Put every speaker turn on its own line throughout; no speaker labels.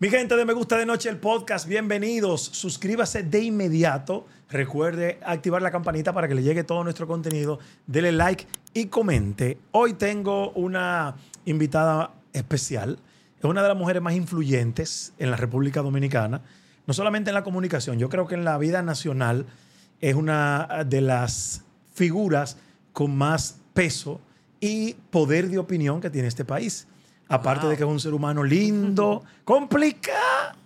Mi gente de Me Gusta de Noche, el podcast, bienvenidos. Suscríbase de inmediato. Recuerde activar la campanita para que le llegue todo nuestro contenido. Dele like y comente. Hoy tengo una invitada especial. Es una de las mujeres más influyentes en la República Dominicana. No solamente en la comunicación, yo creo que en la vida nacional es una de las figuras con más peso y poder de opinión que tiene este país. Aparte
Wow.
de que es un ser humano lindo, complicado.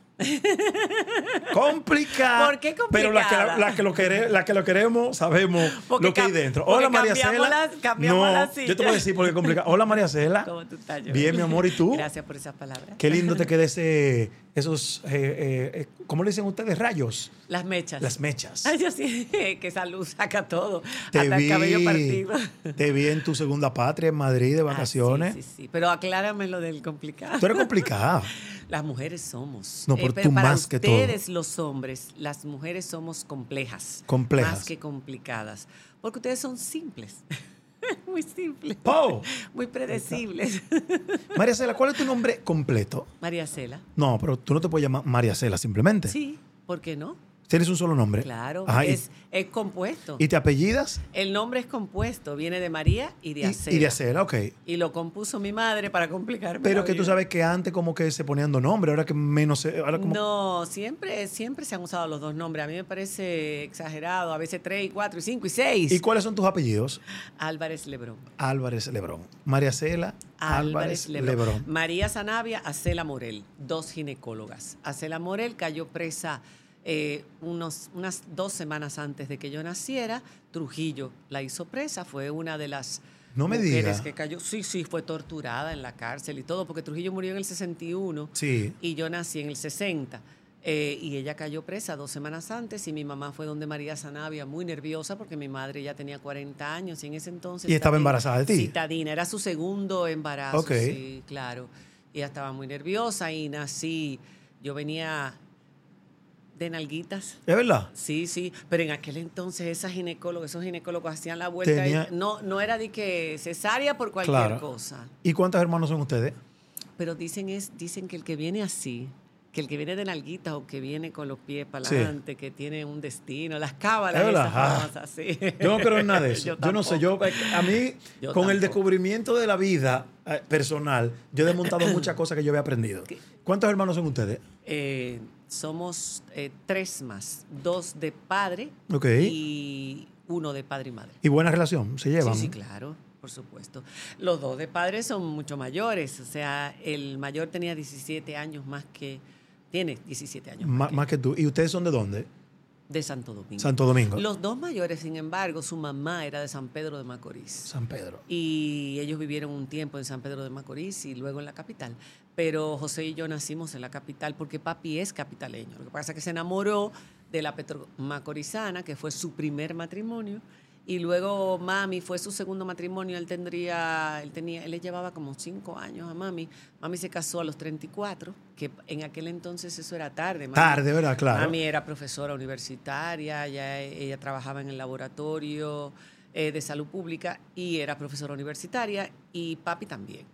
complicado.
¿Por qué
Pero las que, la,
complicada?
las que lo quere- las que lo queremos sabemos
Porque
lo que hay
cam-
dentro.
porque
Hola María
cambiamos
Cela.
las- cambiamos las
yo te voy a
sillas.
decir porque es complicado. Hola María Cela.
¿Cómo tú estás, Joel?
Bien, mi amor, ¿y tú?
Gracias por esas palabras.
Qué lindo te queda ese, esos, eh, eh, eh, ¿cómo le dicen ustedes? Rayos.
Las mechas.
Las mechas.
Ay, yo sí, que esa luz saca todo.
Te
hasta
vi,
el cabello partido.
te vi en tu segunda patria, en Madrid, de vacaciones.
Ah, sí, sí, sí. Pero aclárame lo del complicado.
Tú eres complicada.
Las mujeres somos. Eh,
No, pero
pero
tú
para
más que todo.
ustedes, los hombres, las mujeres somos complejas.
Complejas.
Más que complicadas. Porque ustedes son simples. Muy simples.
Pau.
Muy predecibles.
María Cela, ¿cuál es tu nombre completo?
María Cela.
No, pero tú no te puedes llamar María Cela simplemente.
Sí, ¿por qué no?
Tienes un solo nombre.
Claro,
Ajá, y-
es, es compuesto.
¿Y te apellidas?
El nombre es compuesto, viene de María y de
Y-
Acela.
Y de Acela, ok.
Y lo compuso mi madre para complicarme.
Pero
la
que tú
vida.
sabes que antes como que se ponían dos nombres, ahora que menos se- ahora como
No, siempre, siempre se han usado los dos nombres. A mí me parece exagerado. A veces tres y cuatro y cinco y seis.
¿Y cuáles son tus apellidos?
Álvarez Lebrón.
Álvarez Lebrón. María Cela Álvarez, Lebrón.
María Sanabia, Acela Morel, dos ginecólogas. Acela Morel cayó presa eh, unos, unas dos semanas antes de que yo naciera. Trujillo la hizo presa, fue una de las
No me
mujeres
diga.
que cayó. Sí, sí, fue torturada en la cárcel y todo, porque Trujillo murió en el 61
Sí.
y yo nací en el 60. Eh, y ella cayó presa dos semanas antes y mi mamá fue donde María Sanabia, muy nerviosa porque mi madre ya tenía 40 años y en ese entonces...
¿Y estaba
también
embarazada de ti?
Citadina, era su segundo embarazo,
Ok.
sí, claro. Y Ella estaba muy nerviosa y nací, yo venía de nalguitas.
¿Es verdad?
Sí, sí, pero en aquel entonces esas ginecólogas, esos ginecólogos hacían la vuelta.
Tenía-
y no, no era de que cesárea por cualquier
Claro.
cosa.
¿Y cuántos hermanos son ustedes?
Pero dicen es, dicen que el que viene así, que el que viene de nalguitas o que viene con los pies para
Sí.
adelante, que tiene un destino, las cábalas,
Es verdad,
esas
ah.
famosas, sí.
Yo no creo en nada de eso. Yo,
Yo
no sé, yo eh, a mí,
Yo
con el
tampoco.
descubrimiento de la vida eh, personal, yo he desmontado muchas cosas que yo había aprendido.
¿Qué?
¿Cuántos hermanos son ustedes?
Eh, somos eh, tres más, dos de padre
Ok.
y uno de padre y madre.
¿Y buena relación? ¿Se llevan?
Sí, sí, claro, por supuesto. Los dos de padres son mucho mayores, o sea, el mayor tenía 17 años más que, tiene 17 años
Ma-
más,
más que tú. ¿Y ustedes son de dónde?
que- de Santo Domingo.
Santo Domingo.
Los dos mayores, sin embargo, su mamá era de San Pedro de Macorís.
San Pedro.
Y ellos vivieron un tiempo en San Pedro de Macorís y luego en la capital. Pero José y yo nacimos en la capital porque papi es capitaleño. Lo que pasa es que se enamoró de la Petro Macorizana, que fue su primer matrimonio. Y luego mami fue su segundo matrimonio. Él tendría, él tenía, él le llevaba como cinco años a mami. Mami se casó a los 34, que en aquel entonces eso era tarde. Mami-
Tarde, ¿verdad? Claro.
Mami era profesora universitaria, ya ella trabajaba en el laboratorio eh, de salud pública y era profesora universitaria y papi también.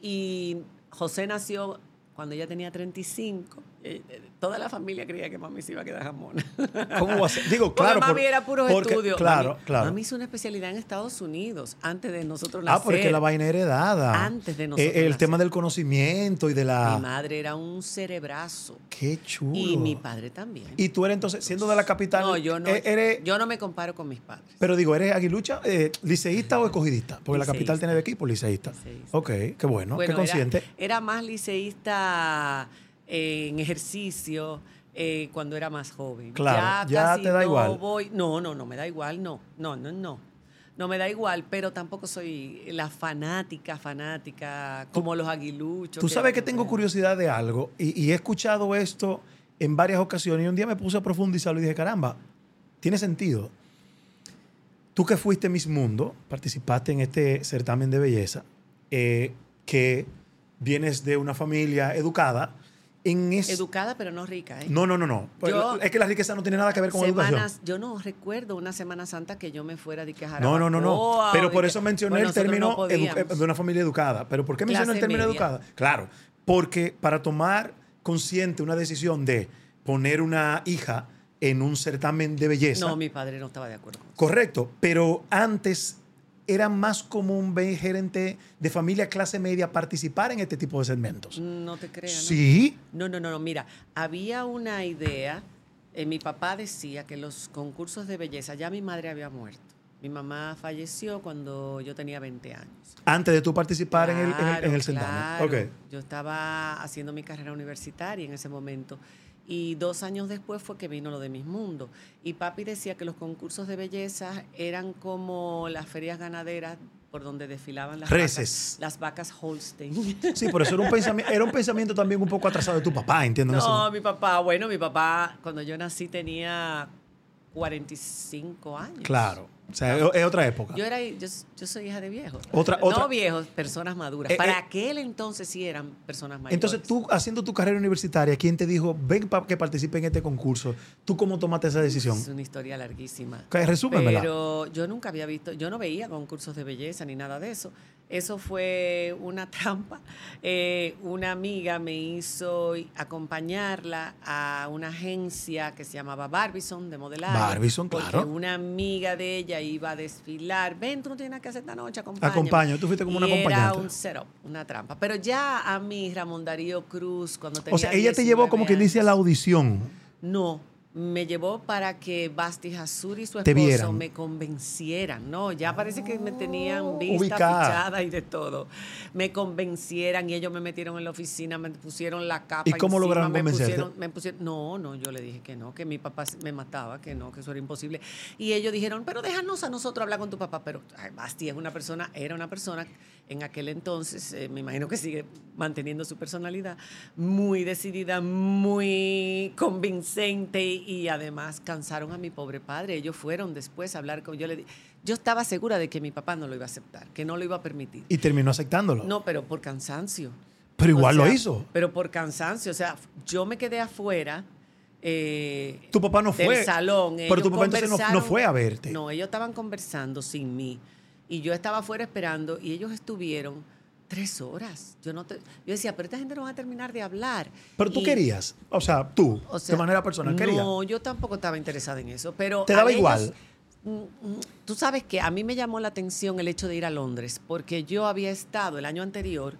Y José nació cuando ella tenía 35. Eh, eh, toda la familia creía que mami se iba a quedar jamona.
¿Cómo va a ser? Digo,
Porque
claro.
mami
por-
era puro
porque-
estudio.
Claro,
mami,
claro.
Mami hizo una especialidad en Estados Unidos antes de nosotros nacer.
ah, porque la vaina heredada.
Antes de
Eh,
nosotros
el
nacer.
tema ah. del conocimiento y de
Mi
la.
madre era un cerebrazo.
Qué chulo.
Y mi padre también.
Uh. Y tú eres entonces, siendo de la capital.
no, yo no,
eh, eres-
yo no me comparo con mis padres.
Pero digo, ¿eres aguilucha, eh, liceísta o escogidista? Porque la capital
Liceísta.
tiene de equipo liceísta.
Liceísta.
Ok, qué bueno,
Bueno,
qué consciente.
Era, era más liceísta eh, en ejercicio eh, cuando era más joven.
Claro, ya
casi
te da
no
igual.
voy- no, no, no me da igual, no, no, no, no. No me da igual, pero tampoco soy la fanática, fanática, como los aguiluchos.
Tú sabes que
no
tengo
sé.
curiosidad de algo y, y he escuchado esto en varias ocasiones y un día me puse a profundizarlo y dije, caramba, tiene sentido. Tú que fuiste Miss Mundo, participaste en este certamen de belleza, eh, que vienes de una familia educada, en es...
Educada, pero no rica, ¿eh?
no, no, no, no. Pues
Yo-
la- es que la riqueza no tiene nada que ver con educación.
Semanas, yo no recuerdo una Semana Santa que yo me fuera de que a
No, no, no, no.
Jarabacoa o
Pero
de
por
que-
eso mencioné
Bueno,
el
nosotros
término
no
edu- eh,
podíamos.
de una familia educada. ¿Pero por qué mencioné el
Clase
término
media.
educada? Claro, porque para tomar consciente una decisión de poner una hija en un certamen de belleza.
No, mi padre no estaba de acuerdo. con eso.
Correcto, pero antes era más común ver gerente de familia clase media participar en este tipo de segmentos.
Mm, No te creas. ¿no?
Sí,
No, no, no, no. Mira, había una idea. eh, mi papá decía que los concursos de belleza, ya mi madre había muerto. Mi mamá falleció cuando yo tenía 20 años.
antes de tú participar en el, en el, en el
Claro,
certamen.
claro.
Ok.
Yo estaba haciendo mi carrera universitaria en ese momento. Y dos años después fue que vino lo de Mis Mundo. Y papi decía que los concursos de belleza eran como las ferias ganaderas por donde desfilaban las
Reces.
vacas. Las vacas Holstein.
Sí, pero eso era un, pensamiento, era un pensamiento también un poco atrasado de tu papá, entiendo. en ese
No,
momento.
mi papá, bueno, mi papá cuando yo nací tenía 45 años.
Claro, o sea, es- es otra época.
Yo era yo, yo soy hija de viejos.
Otra- otra-
No viejos, personas maduras.
Eh,
Para
eh.
aquel entonces sí eran personas mayores.
Entonces tú, haciendo tu carrera universitaria, ¿quién te dijo, ven para que participe en este concurso? ¿Tú cómo tomaste esa decisión?
Es una historia larguísima.
Ok, Resúmemela.
Pero yo nunca había visto, yo no veía concursos de belleza ni nada de eso. Eso fue una trampa. Eh, una amiga me hizo acompañarla a una agencia que se llamaba Barbizon de modelaje.
Barbizon,
porque
claro.
Una amiga de ella iba a desfilar. Ven, tú no tienes nada que hacer esta noche, acompáñame.
Acompaño, tú fuiste como una
Y Era
acompañante.
un setup, una trampa. Pero ya a mí, Ramón Darío Cruz, cuando tenía
O sea, ella te llevó como
19
quien dice a
años,
la audición.
no, me llevó para que Basti Hasur y su
Te
esposo
vieran.
me convencieran, ¿no? Ya parece que me tenían vista,
ubicada.
fichada y de todo. Me convencieran y ellos me metieron en la oficina, me pusieron la capa.
¿Y cómo lograron
me
convencerte?
pusieron, me pusieron- no, no, yo le dije que no, que mi papá se- me mataba, que no, que eso era imposible. Y ellos dijeron, pero déjanos a nosotros hablar con tu papá. Pero ay, Basti es una persona, era una persona en aquel entonces, eh, me imagino que sigue manteniendo su personalidad, muy decidida, muy convincente y además cansaron a mi pobre padre. Ellos fueron después a hablar con yo le di- yo estaba segura de que mi papá no lo iba a aceptar, que no lo iba a permitir.
Y terminó aceptándolo.
No, pero por cansancio.
pero
O
igual
sea,
lo hizo.
Pero por cansancio, o sea, yo me quedé afuera. eh,
Tu papá no
del
fue.
salón.
Pero tu
Ellos
papá entonces no, no
conversaron-
fue a verte.
No, ellos estaban conversando sin mí. Y yo estaba afuera esperando y ellos estuvieron tres horas. Yo no te- yo decía, pero esta gente no va a terminar de hablar.
Pero tú
Y-
querías. O sea, tú,
o sea,
de manera personal, querías.
No, yo tampoco estaba interesada en eso, pero...
¿Te
a
daba
ellos-
igual?
Mm, mm, Tú sabes que a mí me llamó la atención el hecho de ir a Londres, porque yo había estado el año anterior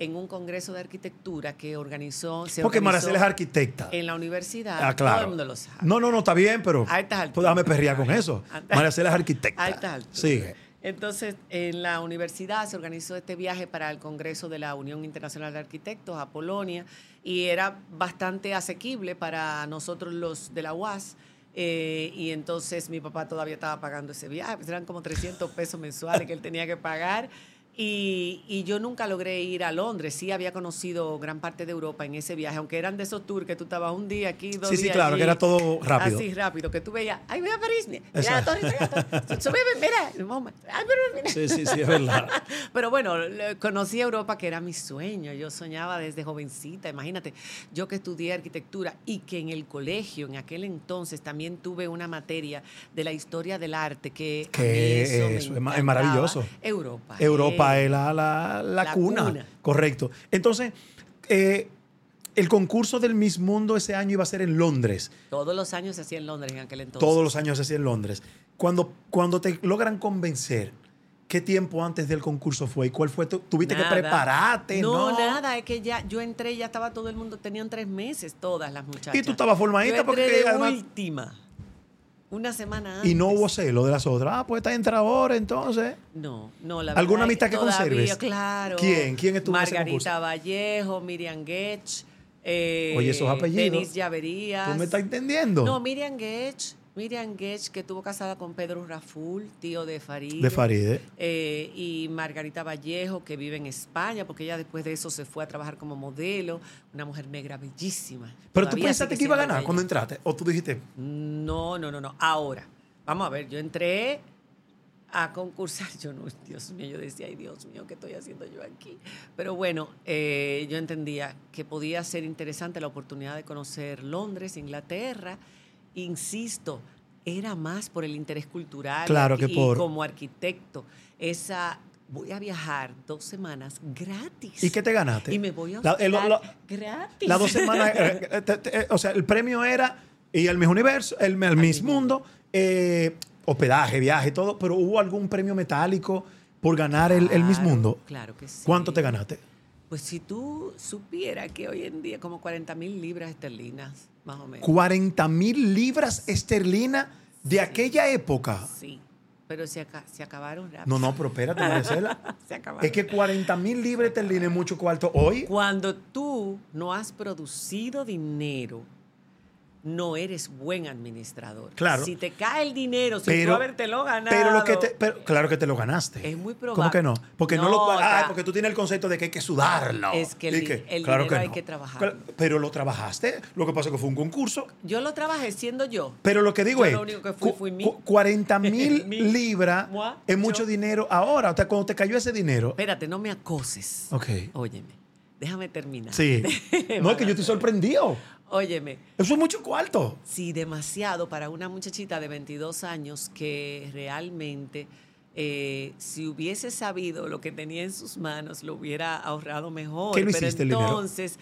en un congreso de arquitectura que organizó... se
Porque
organizó
Maracela es arquitecta.
En la universidad,
Ah, claro.
todo el mundo lo sabe.
No, no, no, está bien, pero
A estas alturas.
tú dame perrear con eso.
A estas-
Maracela es arquitecta.
A estas alturas.
Sigue.
Entonces, en la universidad se organizó este viaje para el Congreso de la Unión Internacional de Arquitectos a Polonia y era bastante asequible para nosotros los de la UAS. eh, y entonces mi papá todavía estaba pagando ese viaje, pues eran como 300 pesos mensuales que él tenía que pagar. Y, y yo nunca logré ir a Londres, sí había conocido gran parte de Europa en ese viaje, aunque eran de esos tours que tú estabas un día aquí, dos
Sí, sí,
días
claro,
allí.
que era todo rápido.
Así rápido, que tú veías, ay, mira París, mira la
Exacto.
torre, mira la torre, sube, mira, mamá, ay, pero mira.
Sí, sí, sí, es verdad.
Pero bueno, le- conocí Europa, que era mi sueño. Yo soñaba desde jovencita, imagínate. Yo que estudié arquitectura y que en el colegio, en aquel entonces, también tuve una materia de la historia del arte, que a mí
Que
eso me
eso es ma- es
encantaba.
maravilloso.
Europa.
Europa
eh.
es la, la- la
La
cuna.
cuna.
Correcto. Entonces, eh, el concurso del Miss Mundo ese año iba a ser en Londres.
Todos los años se hacía en Londres en aquel entonces.
Todos los años se hacía en Londres. Cuando, cuando te logran convencer, ¿qué tiempo antes del concurso fue? ¿Y cuál fue? tu- ¿Tuviste
Nada.
que prepararte?
No, nada, es que ya yo entré y ya estaba todo el mundo, tenían tres meses todas las muchachas.
Y tú estabas formadita
Yo entré
porque
de
además-
última. Una semana antes.
Y no hubo celo de las otras. Ah, pues está entra ahora, entonces.
No, no, la
¿Alguna
verdad es
amistad que
todavía,
conserves?
claro.
¿Quién? ¿Quién estuvo en ese
Margarita
concurso?
Vallejo, Miriam Gage. eh,
Oye, esos apellidos.
Denise Llaverías.
¿Tú me estás entendiendo?
No, Miriam Gage. Miriam Gage, que estuvo casada con Pedro Raful, tío de Farid.
de Faride.
Eh, y Margarita Vallejo, que vive en España, porque ella después de eso se fue a trabajar como modelo, una mujer negra bellísima.
Pero tú
Todavía
pensaste
sigue
que iba a
siendo
ganar
bella.
cuando entraste. O tú dijiste,
No, no, no, no. Ahora, vamos a ver, yo entré a concursar, yo no, Dios mío, yo decía, ay Dios mío, ¿qué estoy haciendo yo aquí? Pero bueno, eh, yo entendía que podía ser interesante la oportunidad de conocer Londres, Inglaterra, insisto, era más por el interés cultural
Claro que
y
por-
como arquitecto, esa voy a viajar dos semanas gratis.
¿Y qué te ganaste?
Y me voy a
La- el-
hospedar
lo-
gratis.
Las dos semanas. eh, eh, te- te- eh, o sea, el premio era. Y el Miss Universo, el, el Miss Mundo, eh, hospedaje, viaje, todo. Pero hubo algún premio metálico por ganar el, el Miss
Claro,
Mundo.
Claro que sí.
¿Cuánto te ganaste?
Pues si tú supieras que hoy en día como 40 mil libras esterlinas, más o menos.
40 mil libras esterlinas de aquella época.
Sí, pero se, aca- se acabaron
No,
rápido.
no, pero espérate, Maricela.
Se acabaron.
Es que 40 mil libras esterlinas es mucho cuarto. Hoy,
Cuando tú no has producido dinero, no eres buen administrador.
Claro.
Si te cae el dinero, si tú
Pero-
habértelo ganado.
pero lo que te, pero claro que te lo ganaste.
Es muy
¿Cómo
probable.
que no? Porque no, lo
No,
ah,
ta-
porque tú tienes el concepto de que hay que sudarlo.
Es que el
Y
di- el dinero hay que trabajarlo.
Claro, Pero lo trabajaste. Lo que pasa es que fue un concurso.
Yo lo trabajé siendo yo.
Pero lo que digo
Yo
es,
lo único que fui,
cu-
fui mí.
cu- 40 mil
Mí.
libras
Moi,
es mucho
yo.
dinero ahora. O sea, cuando te cayó ese dinero.
Espérate, no me acoses.
Ok.
Óyeme, déjame terminar.
Sí. No, es que yo estoy sorprendido.
Óyeme,
Eso es mucho cuarto.
sí, demasiado para una muchachita de 22 años que realmente, eh, si hubiese sabido lo que tenía en sus manos, lo hubiera ahorrado mejor.
¿Qué no
Pero
hiciste, Linero?
entonces,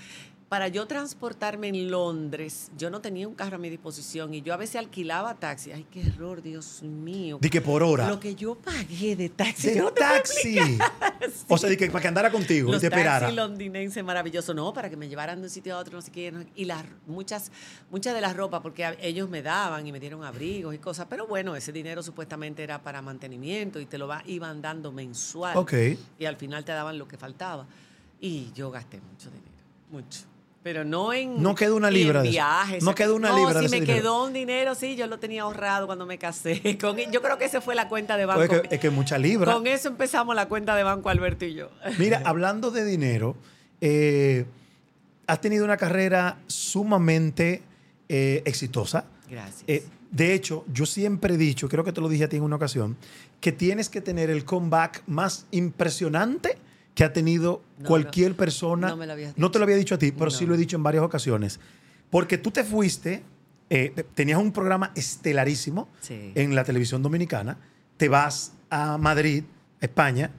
para yo transportarme en Londres, yo no tenía un carro a mi disposición y yo a veces alquilaba taxi. Ay, qué error, Dios mío.
Di que por hora.
Lo que yo pagué de taxi.
de
yo no te puedo
taxi. O sea, di que para que andara contigo y
los
te esperara.
taxis londinenses maravillosos, no, para que me llevaran de un sitio a otro, no sé qué, no- y las muchas muchas de las ropas porque a- ellos me daban y me dieron abrigos y cosas, pero bueno, ese dinero supuestamente era para mantenimiento y te lo va, iban dando mensual.
Ok.
Y al final te daban lo que faltaba. Y yo gasté mucho dinero, mucho. Pero no en
No quedó una
en
libra de eso.
viajes.
No quedó una libra
sí
de ese
me
dinero.
quedó un dinero, sí, yo lo tenía ahorrado cuando me casé. Con, yo creo que esa fue la cuenta de banco.
Pues es, que, es que mucha libra.
Con eso empezamos la cuenta de banco Alberto y yo.
Mira, hablando de dinero, eh, has tenido una carrera sumamente eh, exitosa.
Gracias.
Eh, de hecho, yo siempre he dicho, creo que te lo dije a ti en una ocasión, que tienes que tener el comeback más impresionante que ha tenido
No,
cualquier persona.
no me lo habías
No te lo había dicho a ti, pero
No.
sí lo he dicho en varias ocasiones. Porque tú te fuiste, eh, te- tenías un programa estelarísimo
Sí.
en la televisión dominicana, te vas a Madrid, a España,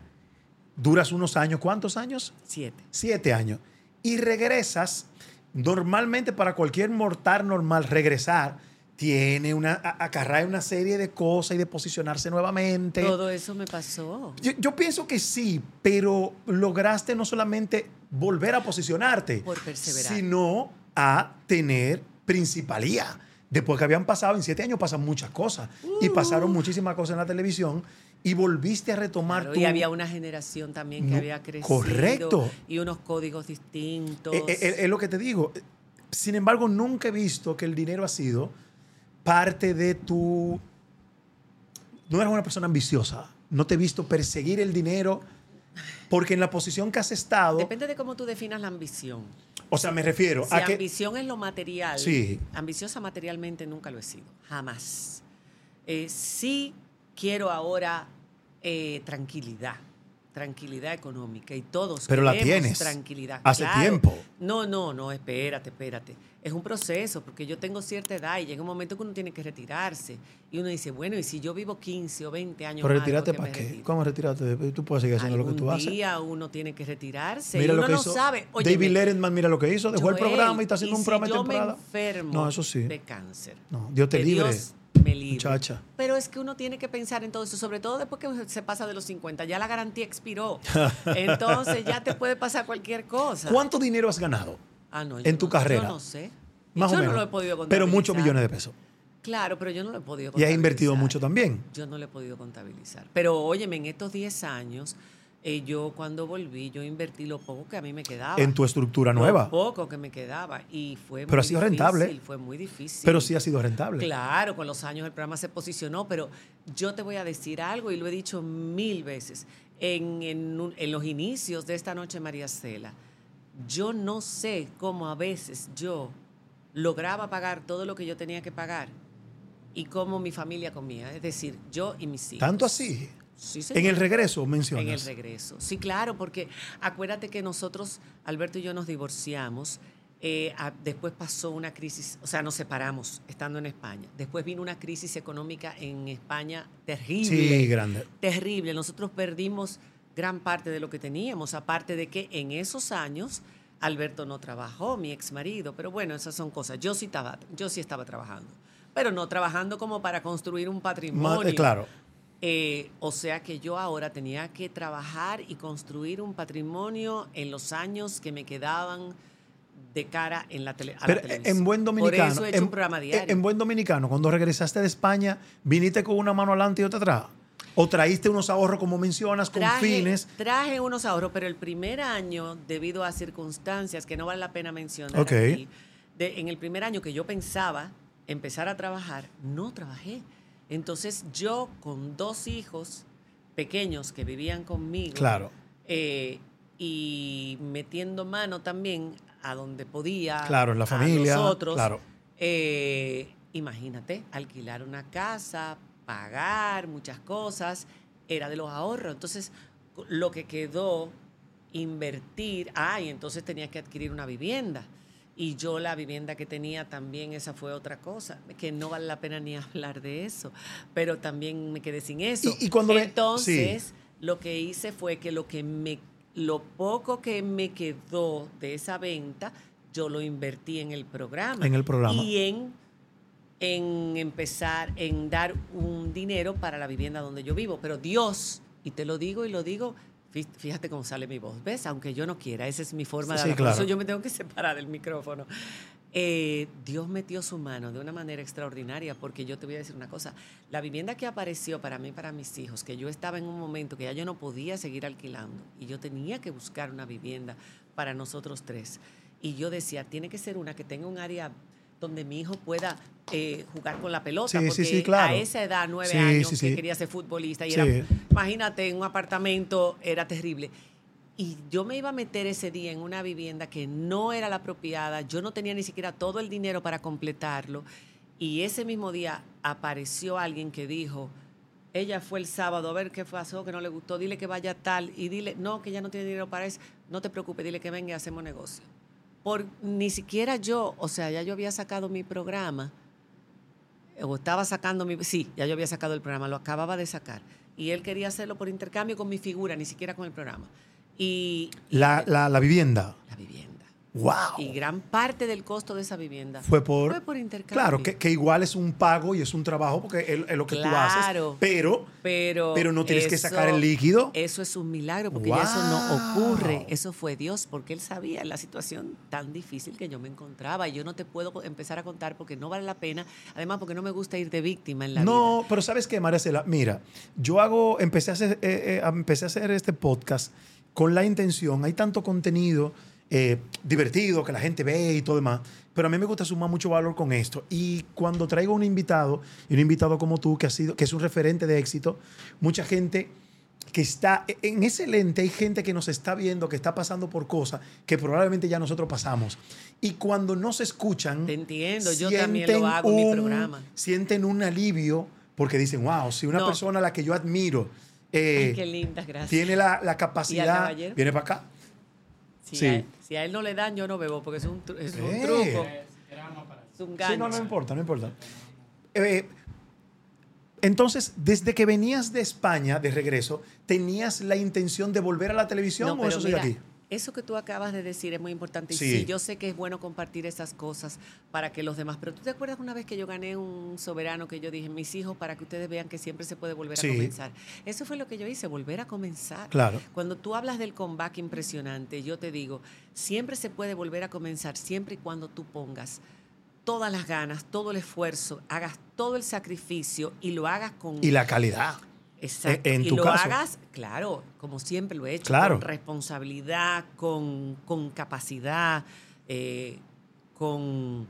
duras unos años, ¿cuántos años?
Siete.
siete años, y regresas, normalmente para cualquier mortal normal, regresar tiene una, a- acarrea una serie de cosas y de posicionarse nuevamente.
Todo eso me pasó.
Yo, yo pienso que sí, pero lograste no solamente volver a posicionarte,
Por perseverar.
sino a tener principalía. Después que habían pasado, en siete años pasan muchas cosas. Y
Uh.
pasaron muchísimas cosas en la televisión. Y volviste a retomar
Claro,
tu... e,
y había una generación también que
No,
había crecido.
correcto.
Y unos códigos distintos.
Eh, eh, eh, es lo que te digo. Sin embargo, nunca he visto que el dinero ha sido parte de tu... No eres una persona ambiciosa. No te he visto perseguir el dinero porque en la posición que has estado...
Depende de cómo tú definas la ambición.
o sea, me refiero
Si
a que...
ambición es lo material,
Sí.
ambiciosa materialmente nunca lo he sido, jamás. Eh, sí quiero ahora eh, tranquilidad, tranquilidad económica y todos
Pero la
queremos
tienes.
tranquilidad.
Hace tiempo.
No, no, no, espérate, espérate. Es un proceso porque yo tengo cierta edad y llega un momento que uno tiene que retirarse y uno dice, bueno, y si yo vivo 15 o 20 años
Pero
más,
retirarte
¿por
para
me
qué?
retiro?
¿Cómo retirarte? Tú puedes seguir haciendo lo que
Algún
tú haces.
día uno tiene que retirarse
Mira
y
lo
uno
que
no
hizo
sabe.
David
Óyeme,
Letterman, mira lo que hizo. Dejó el
Joel,
programa y está haciendo
¿y
un
si
programa de
yo
temporada.
Me enfermo
no, eso sí.
De cáncer.
No, Dios te
Que
libre,
Dios me libre.
muchacha.
Pero es que uno tiene que pensar en todo eso, sobre todo después que se pasa de los 50. Ya la garantía expiró. Entonces ya te puede pasar cualquier cosa.
¿Cuánto dinero has ganado?
Ah, no, yo
en tu
no-
carrera?
Yo no sé.
Más
yo
o menos.
no lo he podido contabilizar.
pero muchos millones de pesos.
Claro, pero yo no lo he
Y
podido
has
contabilizar.
invertido mucho también.
Yo no lo he podido contabilizar. Pero óyeme, en estos 10 años, eh, yo cuando volví, yo invertí lo poco que a mí me quedaba.
En tu estructura
Lo
nueva.
poco que me quedaba. Y fue
Pero
muy
ha sido
difícil,
rentable.
Fue muy difícil.
Pero sí ha sido rentable.
Claro, con los años el programa se posicionó, pero yo te voy a decir algo y lo he dicho mil veces. En, en un- en los inicios de esta noche, María Cela, yo no sé cómo a veces yo lograba pagar todo lo que yo tenía que pagar y cómo mi familia comía, es decir, yo y mis hijos.
Tanto así.
Sí, señor.
En el regreso
En el
mencionas.
regreso. Sí, claro, porque acuérdate que nosotros, Alberto y yo nos divorciamos. eh, a- después pasó una crisis, o sea, nos separamos estando en España. Después vino una crisis económica en España terrible.
sí, grande.
Terrible. Nosotros perdimos gran parte de lo que teníamos, aparte de que en esos años Alberto no trabajó, mi ex marido, pero bueno, esas son cosas. Yo sí estaba, yo sí estaba trabajando, pero no trabajando como para construir un
Ma-
patrimonio.
eh, claro.
Eh, o sea que yo ahora tenía que trabajar y construir un patrimonio en los años que me quedaban de cara en la tele, a la
Pero eh,
televisión.
en buen dominicano.
Por eso he hecho
en,
un programa diario.
en buen dominicano, cuando regresaste de España, viniste con una mano adelante y otra atrás. O traíste unos ahorros, como mencionas, con fines.
traje unos ahorros, pero el primer año, debido a circunstancias que no vale la pena mencionar,
Ok.
aquí, de- en el primer año que yo pensaba empezar a trabajar, no trabajé. Entonces yo con dos hijos pequeños que vivían conmigo
Claro,
eh, y metiendo mano también a donde podía,
claro, en la
a
familia.
nosotros,
Claro.
eh, imagínate, alquilar una casa, pagar muchas cosas, era de los ahorros. Entonces, cu- lo que quedó, invertir, ah, y entonces tenía que adquirir una vivienda. Y yo la vivienda que tenía también, esa fue otra cosa, que no vale la pena ni hablar de eso, pero también me quedé sin eso.
Y- y cuando ve-
entonces, lo que hice fue que lo que me lo poco que me quedó de esa venta, yo lo invertí en el programa.
En el programa.
Y en, en empezar, en dar un dinero para la vivienda donde yo vivo. Pero Dios, y te lo digo y lo digo, fí- fíjate cómo sale mi voz, ¿ves? Aunque yo no quiera, esa es mi forma de
Sí,
hablar.
claro.
Por eso yo me tengo que separar del micrófono. Eh, Dios metió su mano de una manera extraordinaria, porque yo te voy a decir una cosa, la vivienda que apareció para mí, y para mis hijos, que yo estaba en un momento que ya yo no podía seguir alquilando y yo tenía que buscar una vivienda para nosotros tres. Y yo decía, tiene que ser una que tenga un área donde mi hijo pueda eh, jugar con la pelota,
Sí, sí,
porque
sí, claro.
a esa edad, nueve
Sí,
años,
sí, sí.
que quería ser futbolista, y
Sí.
era, imagínate, en un apartamento era terrible. Y yo me iba a meter ese día en una vivienda que no era la apropiada, yo no tenía ni siquiera todo el dinero para completarlo. Y ese mismo día apareció alguien que dijo, ella fue el sábado a ver qué pasó, que no le gustó, dile que vaya tal y dile, no, que ya no tiene dinero para eso, no te preocupes, dile que venga y hacemos negocio. Por, ni siquiera yo, o sea, ya yo había sacado mi programa, o estaba sacando mi, sí, ya yo había sacado el programa, lo acababa de sacar. Y él quería hacerlo por intercambio con mi figura, ni siquiera con el programa. Y
La, la- la vivienda.
la vivienda.
¡Wow!
Y gran parte del costo de esa vivienda
Oh. Fue por.
fue por intercambio.
Claro, que, que igual es un pago y es un trabajo porque es, es lo que tú haces.
Claro.
Pero,
Pero,
pero no tienes que
eso-
sacar el líquido.
Eso es un milagro, porque ya eso no
¡Wow!
ocurre. Eso fue Dios, porque Él sabía la situación tan difícil que yo me encontraba. Y yo no te puedo co- empezar a contar porque no vale la pena. Además, porque no me gusta ir de víctima en la
no,
vida.
pero ¿sabes qué, Maricela? Mira, yo hago, empecé a, hacer, eh, eh, empecé a hacer este podcast con la intención, hay tanto contenido eh, divertido que la gente ve y todo demás, pero a mí me gusta sumar mucho valor con esto. Y cuando traigo un invitado, y un invitado como tú, que, ha sido, que es un referente de éxito, mucha gente que está e, en ese lente, hay gente que nos está viendo, que está pasando por cosas que probablemente ya nosotros pasamos. Y cuando nos escuchan,
Te entiendo, yo también lo
sienten
hago en mi
un-
programa.
Sienten un alivio porque dicen, wow, si una
No.
persona a la que yo admiro eh,
Ay, qué linda, gracias.
tiene la, la capacidad,
caballero?
viene para acá.
si,
sí.
a él, si a él no le dan, yo no bebo, porque es un, tru- es un
Eh.
truco. Es un gancho.
Sí, no, no importa, no importa. Eh, entonces, desde que venías de España de regreso, ¿tenías la intención de volver a la televisión
No,
o
pero
eso sigue
mira,
aquí?
Eso que tú acabas de decir es muy importante. Y
Sí.
sí. yo sé que es bueno compartir esas cosas para que los demás. Pero tú te acuerdas una vez que yo gané un soberano que yo dije, mis hijos, para que ustedes vean que siempre se puede volver
Sí.
a comenzar. Eso fue lo que yo hice, volver a comenzar.
Claro.
Cuando tú hablas del comeback impresionante, yo te digo, siempre se puede volver a comenzar, siempre y cuando tú pongas todas las ganas, todo el esfuerzo, hagas todo el sacrificio y lo hagas con
Y la calidad.
Exacto.
E-, En- en
y
tu
lo
caso.
hagas, claro, como siempre lo he hecho,
Claro.
con responsabilidad, con, con capacidad, eh, con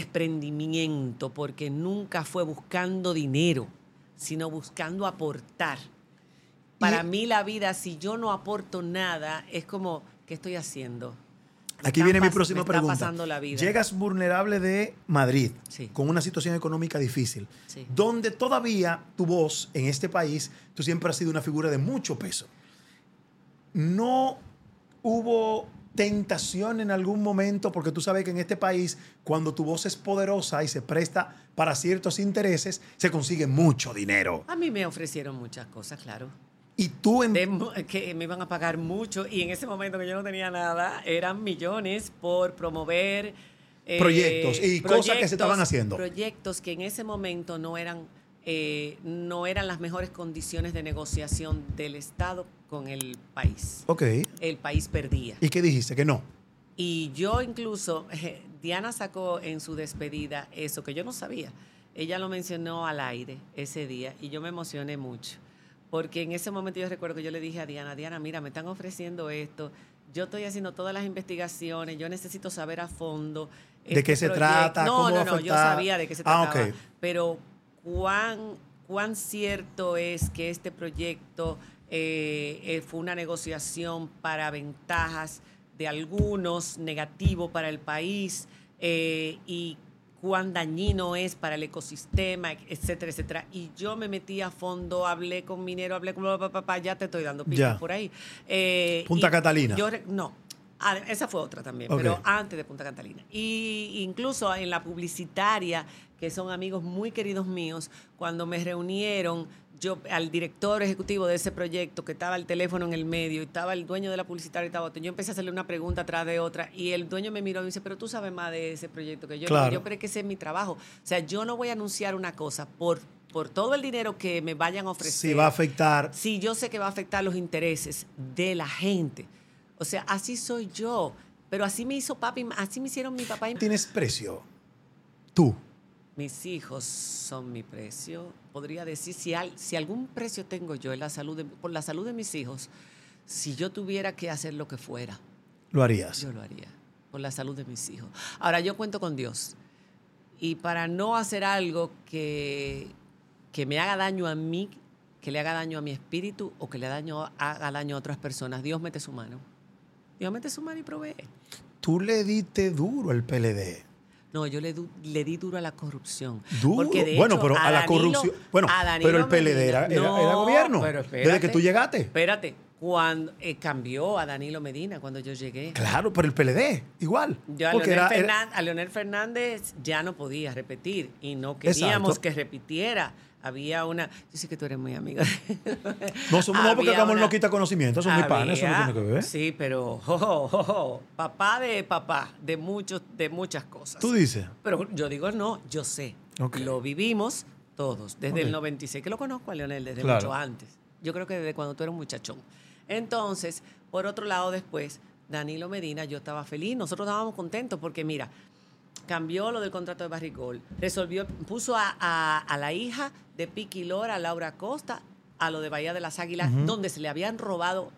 desprendimiento, porque nunca fue buscando dinero, sino buscando aportar. Para
Y-
mí la vida, si yo no aporto nada, es como, ¿qué estoy haciendo? Me
Aquí
están
viene mi
pas-
próxima
me está
pregunta.
pasando la vida.
Llegas vulnerable de Madrid,
Sí.
con una situación económica difícil,
Sí.
donde todavía tu voz en este país, tú siempre has sido una figura de mucho peso. No hubo tentación en algún momento, porque tú sabes que en este país, cuando tu voz es poderosa y se presta para ciertos intereses, se consigue mucho dinero.
A mí me ofrecieron muchas cosas, claro.
Y tú en...
de- que me iban a pagar mucho y en ese momento que yo no tenía nada, eran millones por promover eh,
Proyectos y cosas que se estaban
proyectos-
haciendo.
Proyectos que en ese momento no eran, eh, no eran las mejores condiciones de negociación del Estado con el país.
Ok.
El país perdía.
¿Y qué dijiste? Que no.
Y yo incluso, Diana sacó en su despedida eso que yo no sabía. Ella lo mencionó al aire ese día y yo me emocioné mucho. Porque en ese momento yo recuerdo que yo le dije a Diana, Diana, mira, me están ofreciendo esto, yo estoy haciendo todas las investigaciones, yo necesito saber a fondo. este
¿De qué se trata?
No,
¿Cómo va
no,
a
no, yo
afectar?
sabía de qué se
Ah,
trataba.
ok.
Pero cuán, cuán cierto es que este proyecto eh, eh, fue una negociación para ventajas de algunos, negativo para el país, eh, y cuán dañino es para el ecosistema, etcétera, etcétera. Y yo me metí a fondo, hablé con minero, hablé con papá, papá, ya te estoy dando pistas
Ya.
por ahí. Eh,
Punta
y
Catalina.
yo re- no. Ah, Esa fue otra también,
Ok.
pero antes de Punta Catalina. Y incluso en la publicitaria, que son amigos muy queridos míos, cuando me reunieron, yo al director ejecutivo de ese proyecto, que estaba el teléfono en el medio, y estaba el dueño de la publicitaria, y estaba otro, yo empecé a hacerle una pregunta atrás de otra, y el dueño me miró y me dice, pero tú sabes más de ese proyecto que yo. Y
Claro.
Yo, pero es que ese es mi trabajo. O sea, yo no voy a anunciar una cosa por, por todo el dinero que me vayan a ofrecer
Si va a afectar.
si yo sé que va a afectar los intereses de la gente. O sea, así soy yo. Pero así me hizo papi, así me hicieron mi papá y
¿Tienes precio? Tú.
mis hijos son mi precio. Podría decir, si, al- si algún precio tengo yo en la salud de- por la salud de mis hijos, si yo tuviera que hacer lo que fuera,
Lo harías.
yo lo haría, por la salud de mis hijos. Ahora, yo cuento con Dios. Y para no hacer algo que, que me haga daño a mí, que le haga daño a mi espíritu o que le daño, haga daño a otras personas, Dios mete su mano. Dios mete su mano y provee.
Tú le diste duro al PLD.
No, yo le, du- le di duro a la corrupción.
Duro.
Porque de
bueno,
hecho,
pero a, la
Danilo-
corrupción. Bueno,
a Danilo
pero el PLD
Medina-
era, era-
No,
era gobierno.
pero
desde que
espérate.
tú llegaste.
Espérate, cuando eh, cambió a Danilo Medina cuando yo llegué.
Claro, pero el PLD, igual.
Yo a
Porque
Leonel,
era- era-
Fernan- a Leonel Fernández ya no podía repetir y no queríamos
Exacto.
que repitiera. Había una. Yo sé que tú eres muy amiga.
no, somos, no, porque
Había
Ramón
una-
no quita conocimiento, son mis panes, eso no
Había-
tiene que ver. ¿eh?
Sí, pero jo, jo, jo, jo, papá de papá, de, muchos, de muchas cosas.
Tú dices.
Pero yo digo no, yo sé.
Ok.
Lo vivimos todos, desde
Ok.
el 96, que lo conozco a Leonel desde
Claro.
mucho antes. Yo creo que desde cuando tú eras un muchachón. Entonces, por otro lado, después, Danilo Medina, yo estaba feliz, nosotros estábamos contentos porque, mira, cambió lo del contrato de Barrigol, resolvió, puso a, a- a la hija de Piqui Lora, a Laura Costa, a lo de Bahía de las Águilas, donde se le habían robado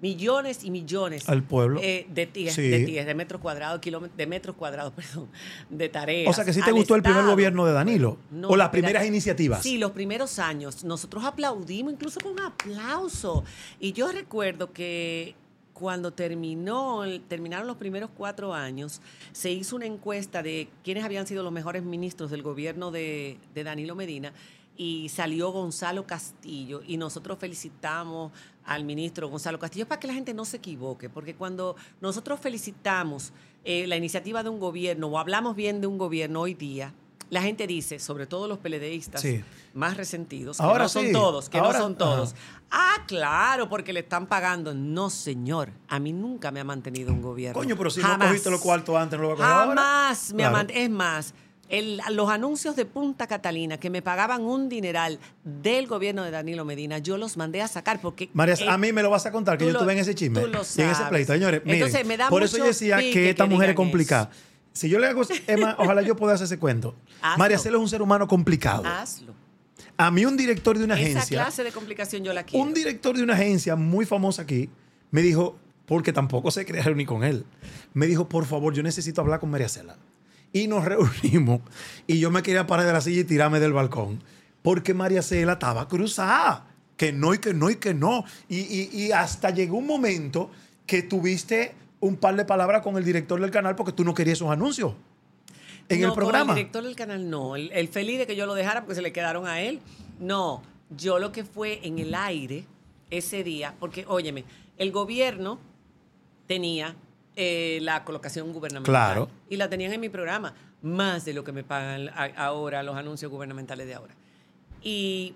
millones y millones
Al pueblo.
eh, de, tie-
Sí.
de tie- de metros cuadrados, kilómetros, de metros cuadrados, perdón, de tareas.
O sea, que sí te
al
gustó el primer
Estado.
gobierno de Danilo.
No,
o las
mira,
primeras iniciativas.
Sí, los primeros años. Nosotros aplaudimos, incluso con aplauso. Y yo recuerdo que cuando terminó, el- terminaron los primeros cuatro años, se hizo una encuesta de quiénes habían sido los mejores ministros del gobierno de, de Danilo Medina. Y salió Gonzalo Castillo y nosotros felicitamos al ministro Gonzalo Castillo para que la gente no se equivoque, porque cuando nosotros felicitamos eh, la iniciativa de un gobierno o hablamos bien de un gobierno hoy día, la gente dice, sobre todo los peledeístas
Sí.
más resentidos, que
Ahora
no son
sí,
todos, que
ahora-
no son todos. Ah, claro, porque le están pagando. No, señor, a mí nunca me ha mantenido un gobierno.
Coño, pero si no
Jamás.
cogiste los cuartos antes, no lo vas a coger ahora.
Jamás me
Claro.
aman- Es más, el- los anuncios de Punta Catalina que me pagaban un dineral del gobierno de Danilo Medina, yo los mandé a sacar porque.
María,
eh,
a mí me lo vas a contar, que
tú
yo
lo-
estuve en ese chisme.
tú lo
Y en ese
sabes.
pleito, señores. Miren,
Entonces, me da
por eso yo
mucho
decía
pique
que
que
esta mujer es
digan
complicada.
eso.
Si yo le hago, Emma, ojalá yo pueda hacer ese cuento.
Hazlo.
María Celo es un ser humano complicado.
hazlo.
A mí un director de una
Esa
agencia,
clase de complicación yo la quiero.
un director de una agencia muy famosa aquí, me dijo, porque tampoco se quería reunir con él, me dijo, por favor, yo necesito hablar con María Cela. Y nos reunimos y yo me quería parar de la silla y tirarme del balcón, porque María Cela estaba cruzada, que no y que no y que no. Y, y- y hasta llegó un momento que tuviste un par de palabras con el director del canal porque tú no querías esos anuncios en
No,
el
con
programa.
el director del canal no. El, el feliz de que yo lo dejara porque se le quedaron a él. No, yo lo que fue en el aire ese día, porque óyeme, el gobierno tenía eh, la colocación gubernamental.
Claro.
Y la tenían en mi programa, más de lo que me pagan a- ahora los anuncios gubernamentales de ahora. Y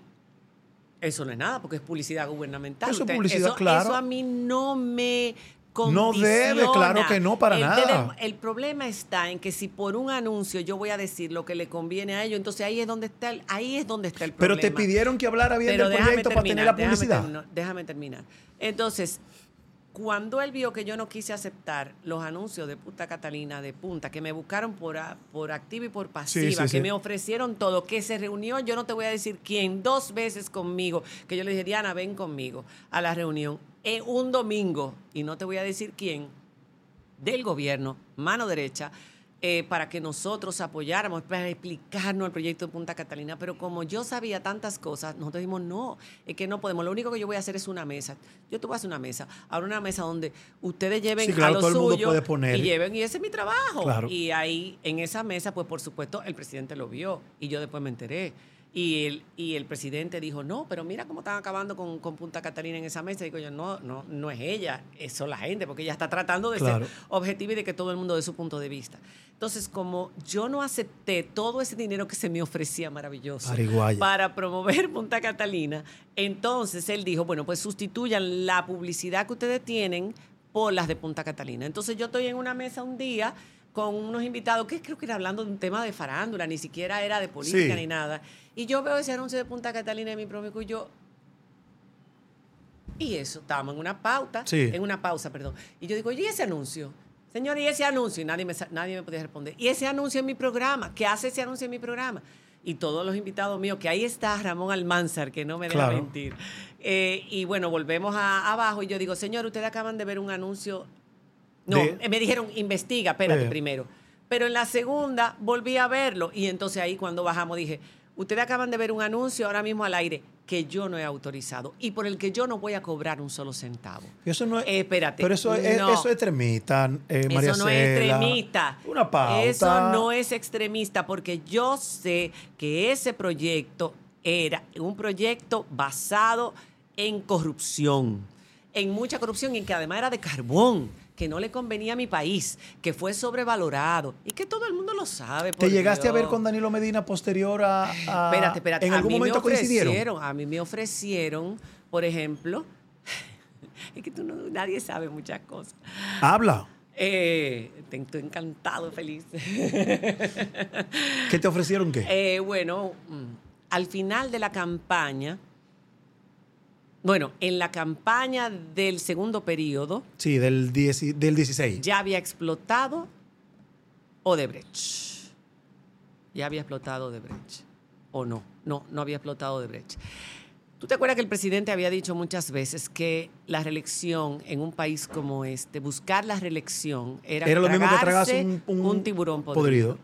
Eso no es nada, porque es publicidad gubernamental.
Eso es
Usted-
publicidad,
eso-
claro.
Eso a mí no me
No debe,
condiciona.
claro que no, para
el,
nada.
El, problema está en que si por un anuncio yo voy a decir lo que le conviene a ellos, entonces ahí es donde está el, ahí es donde está el
Pero
problema.
te pidieron que hablara bien
Pero
del
déjame
proyecto para tener la
terminar, déjame
publicidad.
terminar, déjame terminar. Entonces, cuando él vio que yo no quise aceptar los anuncios de Punta Catalina, de Punta, que me buscaron por, a- por activa y por pasiva,
Sí, sí,
que
sí.
me ofrecieron todo, que se reunió, yo no te voy a decir quién, dos veces conmigo, que yo le dije, Diana, ven conmigo a la reunión, en un domingo, y no te voy a decir quién, del gobierno, mano derecha, eh, para que nosotros apoyáramos, para explicarnos el proyecto de Punta Catalina. Pero como yo sabía tantas cosas, nosotros dijimos, no, es que no podemos. Lo único que yo voy a hacer es una mesa. Yo te voy a hacer una mesa. Ahora una mesa donde ustedes lleven
Sí, claro,
a lo
todo el mundo
suyo
puede poner.
y lleven, y ese es mi trabajo.
Claro.
Y ahí, en esa mesa, pues por supuesto, el presidente lo vio y yo después me enteré. Y el, y el presidente dijo, no, pero mira cómo están acabando con, con Punta Catalina en esa mesa. Y digo yo, no, no, no es ella, es- son la gente, porque ella está tratando de
Claro.
ser objetivo y de que todo el mundo dé su punto de vista. Entonces, como yo no acepté todo ese dinero que se me ofrecía maravilloso
Pariguaya.
para promover Punta Catalina, entonces él dijo, bueno, pues sustituyan la publicidad que ustedes tienen por las de Punta Catalina. Entonces yo estoy en una mesa un día con unos invitados que creo que era hablando de un tema de farándula, ni siquiera era de política
Sí.
ni nada. Y yo veo ese anuncio de Punta Catalina de mi propio y yo, y eso, estábamos en una pauta,
Sí.
en una pausa, perdón. Y yo digo, ¿y ese anuncio? Señor, ¿y ese anuncio? Y nadie me, sa- nadie me podía responder. ¿Y ese anuncio en mi programa? ¿Qué hace ese anuncio en mi programa? Y todos los invitados míos, que ahí está Ramón Almanzar, que no me deja
Claro.
mentir. Eh, y bueno, volvemos a- abajo y yo digo, señor, ustedes acaban de ver un anuncio. No,
De-
eh, me dijeron, investiga, espérate
Eh.
primero. Pero en la segunda volví a verlo y entonces ahí cuando bajamos dije, ustedes acaban de ver un anuncio ahora mismo al aire que yo no he autorizado y por el que yo no voy a cobrar un solo centavo.
Eso no es.
Eh, espérate.
Pero eso es,
No.
eso es extremista, eh, María
Eso no es
Cela.
extremista.
Una pauta.
Eso no es extremista porque yo sé que ese proyecto era un proyecto basado en corrupción, en mucha corrupción y que además era de carbón, que no le convenía a mi país, que fue sobrevalorado y que todo el mundo lo sabe.
¿Te
por
llegaste a ver
Dios.
con Danilo Medina posterior a. a-
Espérate, espérate.
¿En
a
algún
mí
momento
me ofrecieron,
coincidieron?
A mí me ofrecieron, por ejemplo, es que tú no- nadie sabe muchas cosas.
Habla.
Eh, te- estoy encantado, feliz.
¿Qué te ofrecieron qué?
Eh, bueno, mm, al final de la campaña, bueno, en la campaña del segundo periodo
sí, del, 10 del 16.
ya había explotado Odebrecht. Ya había explotado Odebrecht. ¿O no? No, no había explotado Odebrecht. ¿Tú te acuerdas que el presidente había dicho muchas veces que la reelección en un país como este, buscar la reelección, era,
Era lo mismo que tragarse
tragarse
un- un
tiburón podrido?
Podrido.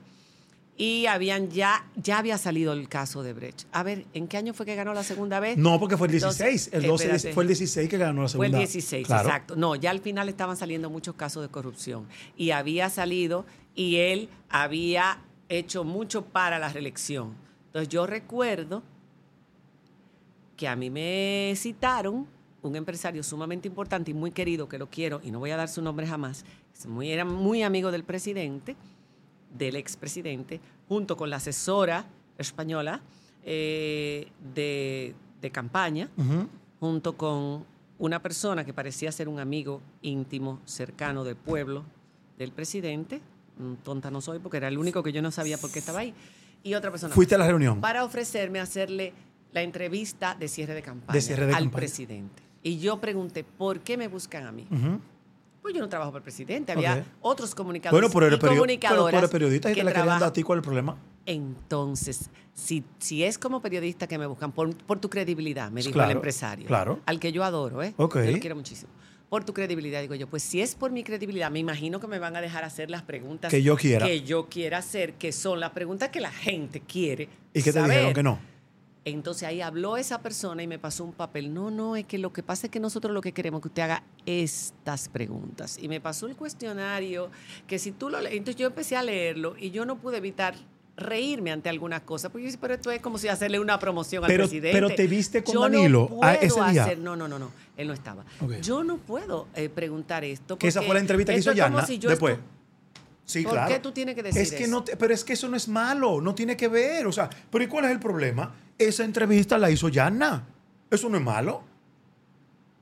Y habían ya, ya había salido el caso de Brecht. A ver, ¿en qué año fue que ganó la segunda vez?
No, porque fue el
Entonces,
16. el 12
espérate.
fue el 16 que ganó la
Fue
segunda.
el 16,
Claro.
exacto. No, ya al final estaban saliendo muchos casos de corrupción. Y había salido y él había hecho mucho para la reelección. Entonces yo recuerdo que a mí me citaron un empresario sumamente importante y muy querido, que lo quiero, y no voy a dar su nombre jamás, es muy, era muy amigo del presidente, del expresidente, junto con la asesora española eh, de, de campaña,
Ujú.
junto con una persona que parecía ser un amigo íntimo, cercano del pueblo, del presidente. Mm, Tonta no soy porque era el único que yo no sabía por qué estaba ahí. Y otra persona.
Fuiste a la reunión.
Para ofrecerme hacerle la entrevista de cierre de campaña
De cierre de
al
campaña.
presidente. Y yo pregunté, ¿por qué me buscan a mí?
Ujú.
Pues yo no trabajo para el presidente, había
Ok.
otros comunicadores
Bueno, pero
y
eres, periodista pero tú
comunicadoras
eres periodista y
que
te la querían
trabajan
dar a ti. ¿Cuál es el problema?
entonces, si, si es como periodista que me buscan, por, por tu credibilidad, me dijo
Claro,
el empresario,
claro.
al que yo adoro, ¿eh?
Ok.
Yo lo quiero muchísimo. Por tu credibilidad, digo yo, pues si es por mi credibilidad, me imagino que me van a dejar hacer las preguntas
Que yo quiera.
que yo quiera hacer, que son las preguntas que la gente quiere.
¿Y qué te
saber.
dijeron que no?
Entonces ahí habló esa persona y me pasó un papel. No, no, es que lo que pasa es que nosotros lo que queremos es que usted haga estas preguntas. Y me pasó el cuestionario, que si tú lo lees, entonces yo empecé a leerlo y yo no pude evitar reírme ante algunas cosas, porque yo decía, pero esto es como si hacerle una promoción
Pero-
al presidente.
pero te viste con
Yo
Danilo
no
a
puedo
ese día.
hacer- no, no, no, no, él no estaba.
Ok.
Yo no puedo eh, preguntar esto.
Que esa
porque
fue la entrevista que
esto
hizo
es como
Yana
si yo
después.
estu-
Sí,
¿Por
claro.
qué tú tienes que decir
es que
eso?
No te- pero es que eso no es malo, no tiene que ver. O sea, pero ¿y cuál es el problema? Esa entrevista la hizo Yana. Eso no es malo.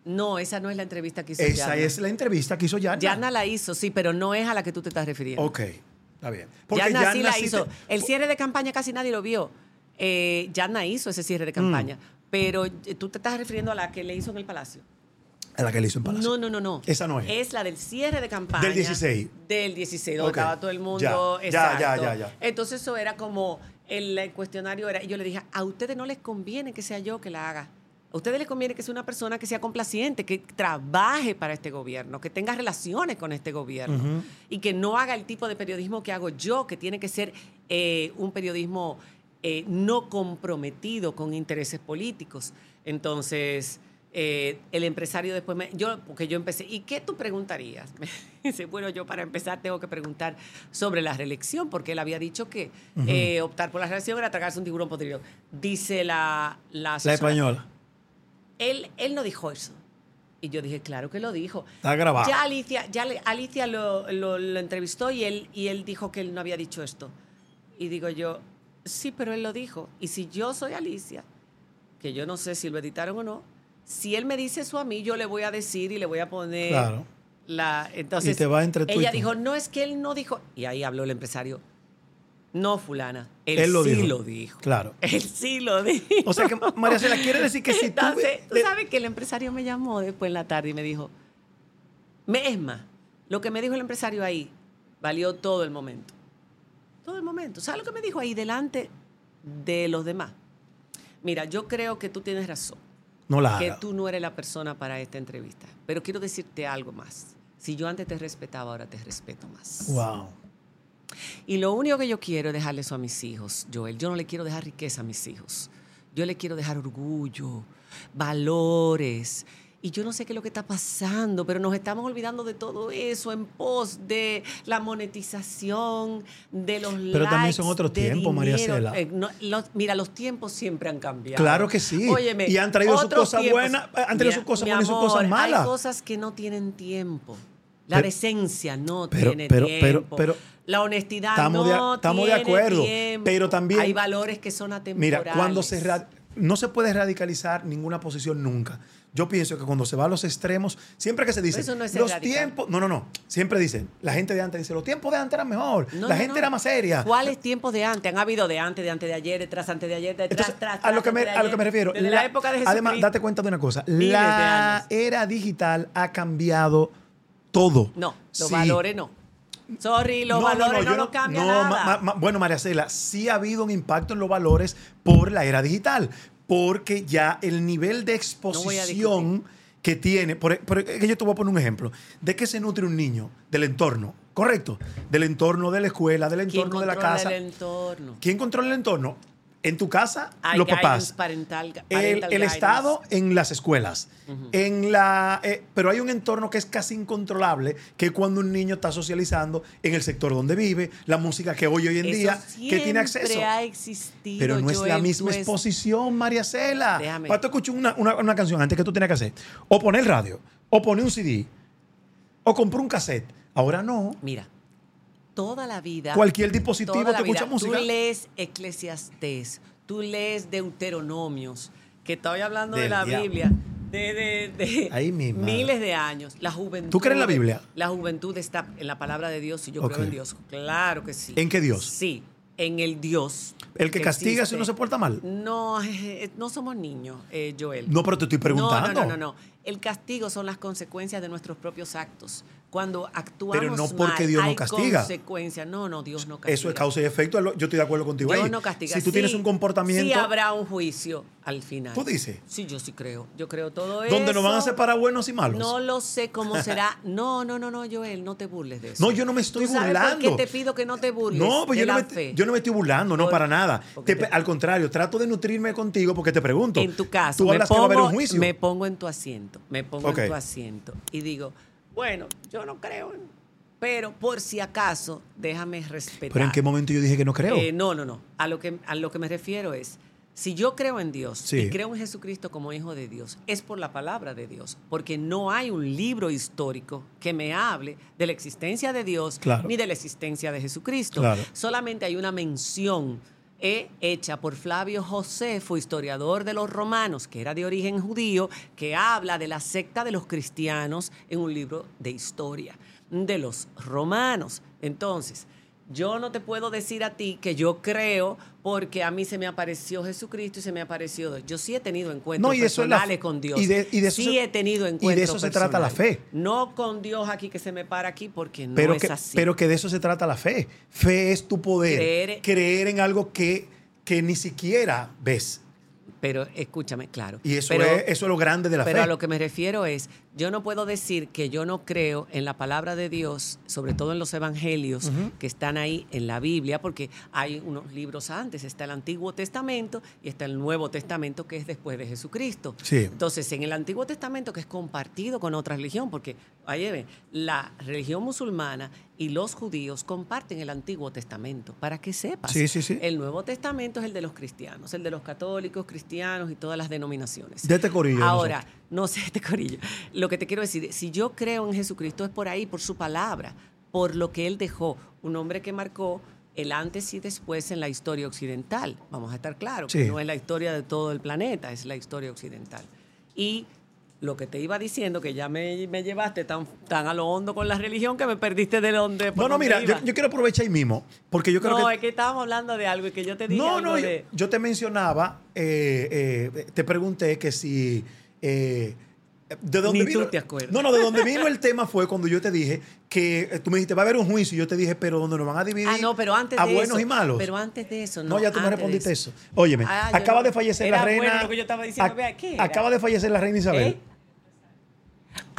No, esa no es la entrevista que hizo
Esa
Yana.
es la entrevista que hizo Yana.
Yana la hizo, sí, pero no es a la que tú te estás refiriendo.
Ok, está bien.
Yana, sí la
te-
hizo. El cierre de campaña casi nadie lo vio. Eh, Yana hizo ese cierre
Mm.
de campaña. Pero eh, tú te estás refiriendo a la que le hizo en el Palacio.
A la que le hizo en Palacio.
No, no, no, no.
Esa no es.
Es la del cierre de campaña.
Del 16.
Del 16, donde
Ok.
estaba todo el mundo.
Ya, ya, ya,
exacto.
ya, ya.
Entonces eso era como, el eh, cuestionario era, y yo le dije, a ustedes no les conviene que sea yo que la haga. A ustedes les conviene que sea una persona que sea complaciente, que trabaje para este gobierno, que tenga relaciones con este gobierno
Ujú.
y que no haga el tipo de periodismo que hago yo, que tiene que ser eh, un periodismo eh, no comprometido con intereses políticos. Entonces, eh, el empresario después me... Yo, porque yo empecé, ¿y qué tú preguntarías? Me dice, bueno, yo para empezar tengo que preguntar sobre la reelección, porque él había dicho que eh, optar por la reelección era tragarse un tiburón podrido. Dice la... La,
La
asesora,
española.
Él, él no dijo eso. Y yo dije, claro que lo dijo.
Está grabada.
Ya Alicia, ya le- Alicia lo, lo- lo entrevistó y él, y él dijo que él no había dicho esto. Y digo yo, sí, pero él lo dijo. Y si yo soy Alicia, que yo no sé si lo editaron o no, si él me dice eso a mí, yo le voy a decir y le voy a poner
Claro.
la... Entonces,
Y te va entre tú y
ella
tú.
dijo, no, es que él no dijo... Y ahí habló el empresario. No, fulana, él,
Él lo
sí
dijo.
lo dijo.
Claro.
Él sí lo dijo.
O sea que María Cela quiere decir que si tú.
Entonces, tú
de-
sabes que el empresario me llamó después en la tarde y me dijo, me, es más, lo que me dijo el empresario ahí valió todo el momento. Todo el momento. ¿Sabes lo que me dijo ahí delante de los demás? Mira, yo creo que tú tienes razón,
no la
que
haga.
tú no eres la persona para esta entrevista, pero quiero decirte algo más. Si yo antes te respetaba, ahora te respeto más.
Wow.
Y lo único que yo quiero es dejarle eso a mis hijos, Joel. Yo no le quiero dejar riqueza a mis hijos. Yo le quiero dejar orgullo, valores. Y yo no sé qué es lo que está pasando, pero nos estamos olvidando de todo eso en pos de la monetización, de los
Pero también
likes,
son otros
de
tiempos, María
dinero.
Cela.
Eh, no, los- mira, los tiempos siempre han cambiado.
Claro que sí.
Óyeme,
Y han traído sus
otros
cosas
tiempos.
buenas, eh, han traído
Mi-
sus cosas
mi
buenas y sus cosas
amor,
malas.
Hay cosas que no tienen tiempo. La
Pero-
decencia no
pero-
tiene
pero- pero-
tiempo.
pero-
la honestidad
Estamos de-
Ah, no
estamos de
tiene
acuerdo,
tiempo.
pero también-
hay valores que son atemporales.
Mira, cuando se ra- no se puede radicalizar ninguna posición nunca. Yo pienso que cuando se va a los extremos, siempre que se dice,
eso no es ser
los
radical".
tiempos, no, no, no, siempre dicen, la gente de antes dice, los tiempos de antes eran mejor,
No,
la
no,
gente
no.
era más seria.
¿Cuáles tiempos de antes? Han habido de antes, de antes de ayer, de tras antes de ayer, de tras,
Entonces,
tras,
a lo
tras,
que me,
antes de
a lo que me
ayer,
refiero,
desde la,
la-
época de
además,
Jesucristo.
date cuenta de una cosa,
Miles de
la
años.
era digital ha cambiado todo.
No, los
Sí.
valores no. Sorry, los valores no,
yo
los cambia
no,
nada.
ma- ma- ma- bueno, María Cela, sí ha habido un impacto en los valores por la era digital, porque ya el nivel de
voy a
exposición que tiene, por, por- es que yo te voy a poner un ejemplo, ¿de qué se nutre un niño? Del entorno, ¿correcto? Del entorno de la escuela, del
¿Quién
entorno de la
controla
casa.
el entorno?
¿Quién controla el entorno? En tu casa,
Hay
los
guidance
papás.
Parental,
El,
parental
el
guidance.
Estado en las escuelas. en la, eh, pero hay un entorno que es casi incontrolable, que es cuando un niño está socializando en el sector donde vive, la música que oye hoy en
Eso
día, que tiene acceso.
siempre ha existido.
Pero no es la
Joel,
misma
tú es-
exposición, María Cela.
pues Déjame.
Para tú escuchar una, una- una canción antes que tú tenías que hacer, o poner radio, o poner un CD, o comprar un cassette. Ahora no.
Mira, toda la vida.
Cualquier
toda
dispositivo
la
que
vida,
escucha música.
Tú lees Eclesiastés, tú lees Deuteronomios, que estoy hablando de
Del
la
diablo.
Biblia. De, de- de
Ahí mi madre.
miles de años. La juventud.
¿Tú crees en la Biblia?
La juventud está en la palabra de Dios y yo
Ok.
creo en Dios. Claro que sí.
¿En qué Dios?
Sí, en el Dios.
el que castiga si
existe.
uno se porta mal.
No, eh, eh, no somos niños, eh, Joel.
No, pero te estoy preguntando.
No, no, no, no. El castigo son las consecuencias de nuestros propios actos. Cuando actuamos
Pero no porque
mal,
Dios no
hay
castiga.
consecuencias. No, no, Dios no castiga.
Eso es causa y efecto. Yo estoy de acuerdo contigo ahí.
Dios no castiga.
Si tú
Sí,
tienes un comportamiento
Sí habrá un juicio al final.
¿Tú dices?
Sí, yo sí creo. Yo creo todo eso.
donde nos van a separar buenos y malos.
No lo sé cómo será. No, no, no, no, Joel, no te burles de eso.
No, yo no me estoy
¿Tú sabes
burlando.
por qué te pido que no te burles
No, pues
de
yo no,
la
me,
fe?
yo no me estoy burlando, no
Por-
para nada.
porque
Te-
te-
al contrario, trato de nutrirme contigo porque te pregunto.
En tu caso,
Tú
me
hablas
pongo,
que va a haber un juicio.
me pongo en tu asiento, me pongo
Ok.
en tu asiento y digo, bueno, yo no creo, en- pero por si acaso, déjame respetar.
Pero en qué momento yo dije que no creo.
Eh, no, no, no. A lo, que, a lo que me refiero es, si yo creo en Dios
Sí.
y creo en Jesucristo como Hijo de Dios, es por la palabra de Dios, porque no hay un libro histórico que me hable de la existencia de Dios
Claro.
ni de la existencia de Jesucristo.
Claro.
Solamente hay una mención. e hecha por Flavio Josefo, historiador de los romanos, que era de origen judío, que habla de la secta de los cristianos en un libro de historia de los romanos. Entonces, yo no te puedo decir a ti que yo creo porque a mí se me apareció Jesucristo y se me apareció Dios. Yo sí he tenido encuentros
No, y eso es la-
personales con Dios.
y de- y de eso
sí
se-
he tenido
y de
encuentros
eso se trata la
personales.
fe.
No con Dios aquí que se me para aquí porque no
pero,
es
que,
así.
pero que de eso se trata la fe. Fe es tu poder.
Creer-
en algo que, que ni siquiera ves.
Pero escúchame, claro.
Y eso,
Pero-
es, eso es lo grande de la
Pero
fe.
a lo que me refiero es, yo no puedo decir que yo no creo en la palabra de Dios, sobre todo en los evangelios que están ahí en la Biblia, porque hay unos libros antes, está el Antiguo Testamento y está el Nuevo Testamento que es después de Jesucristo.
Sí.
Entonces, en el Antiguo Testamento que es compartido con otra religión, porque ahí ven, la religión musulmana y los judíos comparten el Antiguo Testamento, para que sepas.
Sí, sí, sí.
El Nuevo Testamento es el de los cristianos, el de los católicos, cristianos y todas las denominaciones.
De este corillo,
Ahora, no sé, este corillo. Lo que te quiero decir, si yo creo en Jesucristo es por ahí, por su palabra, por lo que él dejó, un hombre que marcó el antes y después en la historia occidental. Vamos a estar claros, que
Sí.
no es la historia de todo el planeta, es la historia occidental. Y lo que te iba diciendo, que ya me, me llevaste tan, tan a lo hondo con la religión que me perdiste de donde... por
no, no,
donde
mira,
iba.
yo, yo quiero aprovechar ahí mismo, porque yo creo
no,
que...
es que estábamos hablando de algo y que yo te dije
No,
algo
no, yo,
de...
yo te mencionaba, eh, eh, te pregunté que si... eh, de dónde
Ni
vino-
tú te acuerdas.
No, no, de donde vino el tema fue cuando yo te dije que eh, tú me dijiste, va a haber un juicio, y yo te dije, pero donde nos van a dividir
Ah, no, pero antes
a
de
buenos
eso.
y malos.
Pero antes de eso, no.
No, ya tú me
antes de
respondiste eso. Óyeme,
Ah, yo
acaba
no-
de fallecer
era
la
bueno
reina.
lo que yo estaba diciendo, vea, ¿qué era?
Acaba de fallecer la reina Isabel.
¿Eh?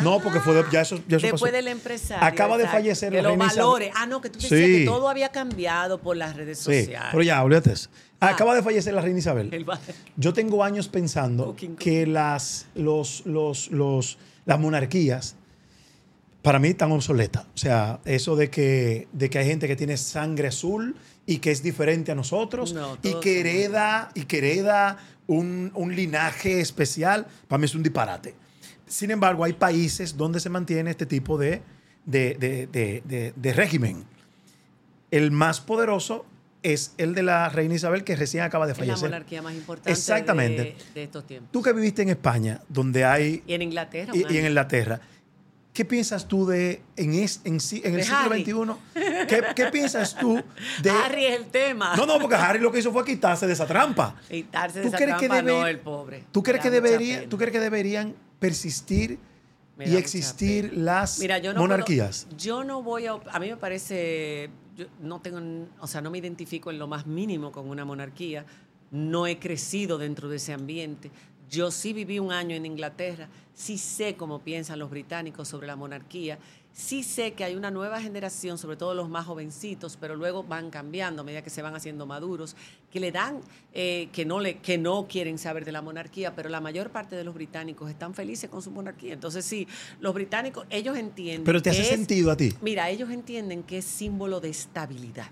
No, porque fue de- ya eso, ya eso
Después
pasó.
del empresario.
Acaba de
exacto,
fallecer
que
la
los
reina Isabel.
valores. Ah, no, que tú decías
Sí.
que todo había cambiado por las redes
Sí,
sociales.
pero ya, olvídate de eso.
Ah.
Acaba de fallecer la reina Isabel.
El va-
Yo tengo años pensando
Cooking,
que las, los, los, los, las monarquías para mí están obsoletas. O sea, eso de que, de que hay gente que tiene sangre azul y que es diferente a nosotros
No,
y,
todos
que
somos-
hereda, y que hereda un, un linaje especial, para mí es un disparate. Sin embargo, hay países donde se mantiene este tipo de, de, de- de- de- de régimen. El más poderoso es el de la reina Isabel, que recién acaba de
Es la
fallecer.
monarquía más importante
Exactamente.
de, de estos tiempos.
Tú que viviste en España, donde hay.
Y en Inglaterra.
y,
un
y en
año.
Inglaterra, ¿qué piensas tú de. En, es- en, sí- en el
De
siglo
Harry.
XXI, ¿qué, qué piensas tú de.
Harry es el tema.
No, no, porque Harry lo que hizo fue quitarse de esa trampa.
Y darse de
¿Tú
esa
crees que
trampa, no,
debe-
el pobre.
¿Tú crees,
Me
que
da mucha
debería,
pena.
¿Tú crees que deberían persistir
Me da
y
mucha
existir
pena.
las
Mira, yo no
monarquías?
puedo- yo no voy a. op- A mí me parece. Yo no tengo. n- O sea, no me identifico en lo más mínimo con una monarquía. No he crecido dentro de ese ambiente. Yo sí viví un año en Inglaterra. Sí sé cómo piensan los británicos sobre la monarquía. Sí sé que hay una nueva generación, sobre todo los más jovencitos, pero luego van cambiando a medida que se van haciendo maduros, que le dan, eh, que, no le, que no quieren saber de la monarquía, pero la mayor parte de los británicos están felices con su monarquía. Entonces sí, los británicos, ellos entienden.
Pero te
que
hace
es-
sentido a ti.
Mira, ellos entienden que es símbolo de estabilidad.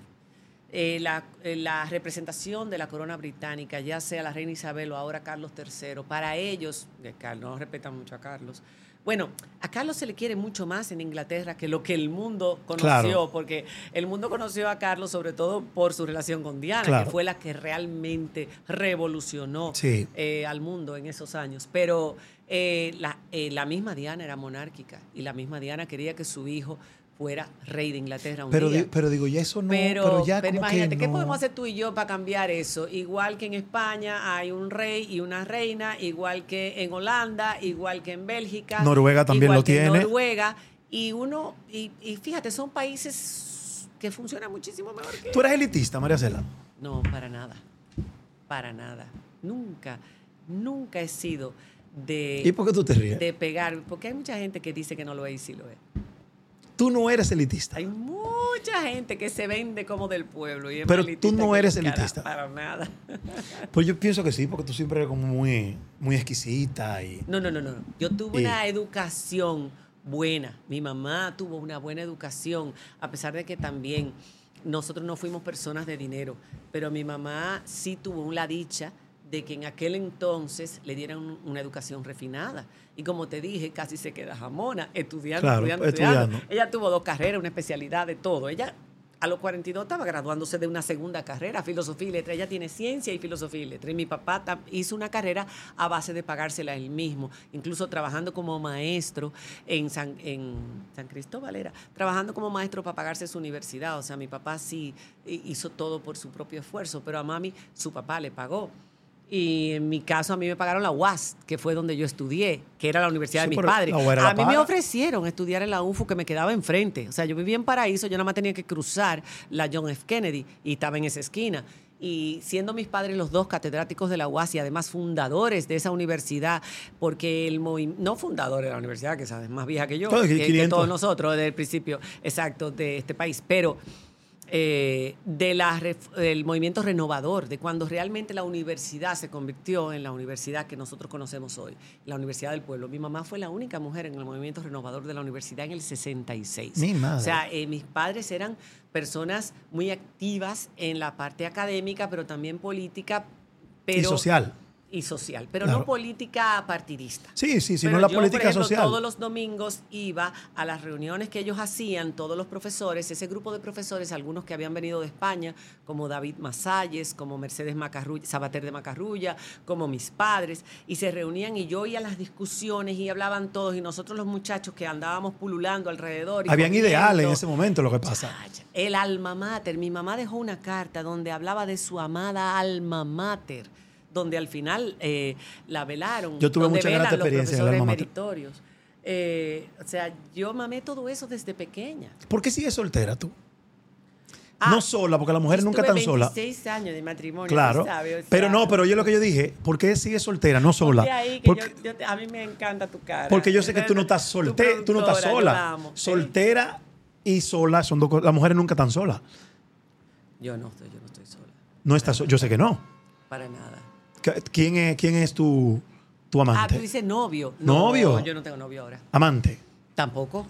Eh, la, eh, la representación de la corona británica, ya sea la reina Isabel o ahora Carlos III, para ellos, que Carlos- no respetan mucho a Carlos. Bueno, a Carlos se le quiere mucho más en Inglaterra que lo que el mundo conoció,
Claro.
porque el mundo conoció a Carlos sobre todo por su relación con Diana,
Claro.
que fue la que realmente revolucionó
Sí.
eh, al mundo en esos años. Pero eh, la, eh, la misma Diana era monárquica y la misma Diana quería que su hijo fuera rey de Inglaterra un
Pero,
día.
di- pero digo, ya eso no. Pero,
pero,
ya
pero
como que
imagínate, ¿qué
no.
podemos hacer tú y yo para cambiar eso? Igual que en España hay un rey y una reina, igual que en Holanda, igual que en Bélgica.
Noruega también
igual
lo
que en
tiene.
Noruega. Y uno, y, y fíjate, son países que funcionan muchísimo mejor que
Tú eres elitista, María Cela.
no, para nada. Para nada. Nunca, nunca he sido
¿Y
de,
por qué tú te ríes?
de pegar. Porque hay mucha gente que dice que no lo es y sí lo es.
Tú no eres elitista.
Hay mucha gente que se vende como del pueblo. Y es
Pero
más
tú
elitista
no
que
eres
la cara.
elitista.
Para nada.
Pues yo pienso que sí, porque tú siempre eres como muy, muy exquisita y.
No, no, no, no. no. Yo tuve
Y-
una educación buena. Mi mamá tuvo una buena educación, a pesar de que también nosotros no fuimos personas de dinero, pero mi mamá sí tuvo la dicha de que en aquel entonces le dieran un- una educación refinada. Y como te dije, casi se queda jamona, estudiando,
Claro,
estudiando,
estudiando.
estudiando. Ella tuvo dos carreras, una especialidad de todo. Ella a los 42 estaba graduándose de una segunda carrera, filosofía y letra. Ella tiene ciencia y filosofía y letra. Y mi papá tam- hizo una carrera a base de pagársela él mismo, incluso trabajando como maestro en San, en San Cristóbal, era, trabajando como maestro para pagarse su universidad. O sea, mi papá sí hi- hizo todo por su propio esfuerzo, pero a mami su papá le pagó. Y en mi caso, a mí me pagaron la UAS, que fue donde yo estudié, que era la
Sí,
universidad de mis
pero
padres.
la UAS era la
A mí me
paga.
ofrecieron estudiar en la UFU, que me quedaba enfrente. O sea, yo vivía en Paraíso, yo nada más tenía que cruzar la John F. Kennedy y estaba en esa esquina. Y siendo mis padres los dos catedráticos de la UAS y además fundadores de esa universidad, porque el movimiento, no fundadores de la universidad, que es más vieja que yo,
Todo,
que- que
500.
todos nosotros desde el principio, exacto, de este país, pero eh, de la ref- del movimiento renovador, de cuando realmente la universidad se convirtió en la universidad que nosotros conocemos hoy, la Universidad del Pueblo. Mi mamá fue la única mujer en el movimiento renovador de la universidad en el 66.
Mi madre.
O sea, eh, mis padres eran personas muy activas en la parte académica, pero también política. Pero,
y social.
Y social, pero
Claro.
no política partidista.
Sí, sí, sino
Pero
la
yo,
política
por ejemplo,
social.
Todos los domingos iba a las reuniones que ellos hacían, todos los profesores, ese grupo de profesores, algunos que habían venido de España, como David Masalles, como Mercedes Macarrulla, Sabater de Macarrulla, como mis padres, y se reunían y yo iba a las discusiones y hablaban todos, y nosotros los muchachos que andábamos pululando alrededor. y
Habían
comiendo,
ideales en ese momento, lo que pasa.
Chacha. El alma mater. Mi mamá dejó una carta donde hablaba de su amada alma mater, donde al final eh, la velaron.
Yo tuve
donde
mucha grata
velan los
experiencia en el
profesores
alma mater.
meritorios. Eh, o sea, yo mamé todo eso desde pequeña.
¿Por qué sigues soltera tú?
Ah,
no sola, porque la mujer nunca
estuve
tan sola.
26 años de matrimonio.
Claro.
tú sabes, o sea,
pero no, pero oye lo que yo dije. ¿Por qué sigues soltera, no sola?
ponte ahí que
Porque-
yo- yo te- a mí me encanta tu cara.
Porque yo sé que tú no estás
Tu
soltera, tú no estás
productora, yo la
sola.
amo.
Soltera y sola son dos cosas. Las mujeres nunca están solas.
Yo no estoy, yo no estoy sola.
No estás so- Yo sé que no.
Para nada.
¿Qué- ¿Quién es, quién es tu, tu
Ah, tú
amante?
dices novio.
Novio.
yo no tengo novio ahora.
Amante.
Tampoco.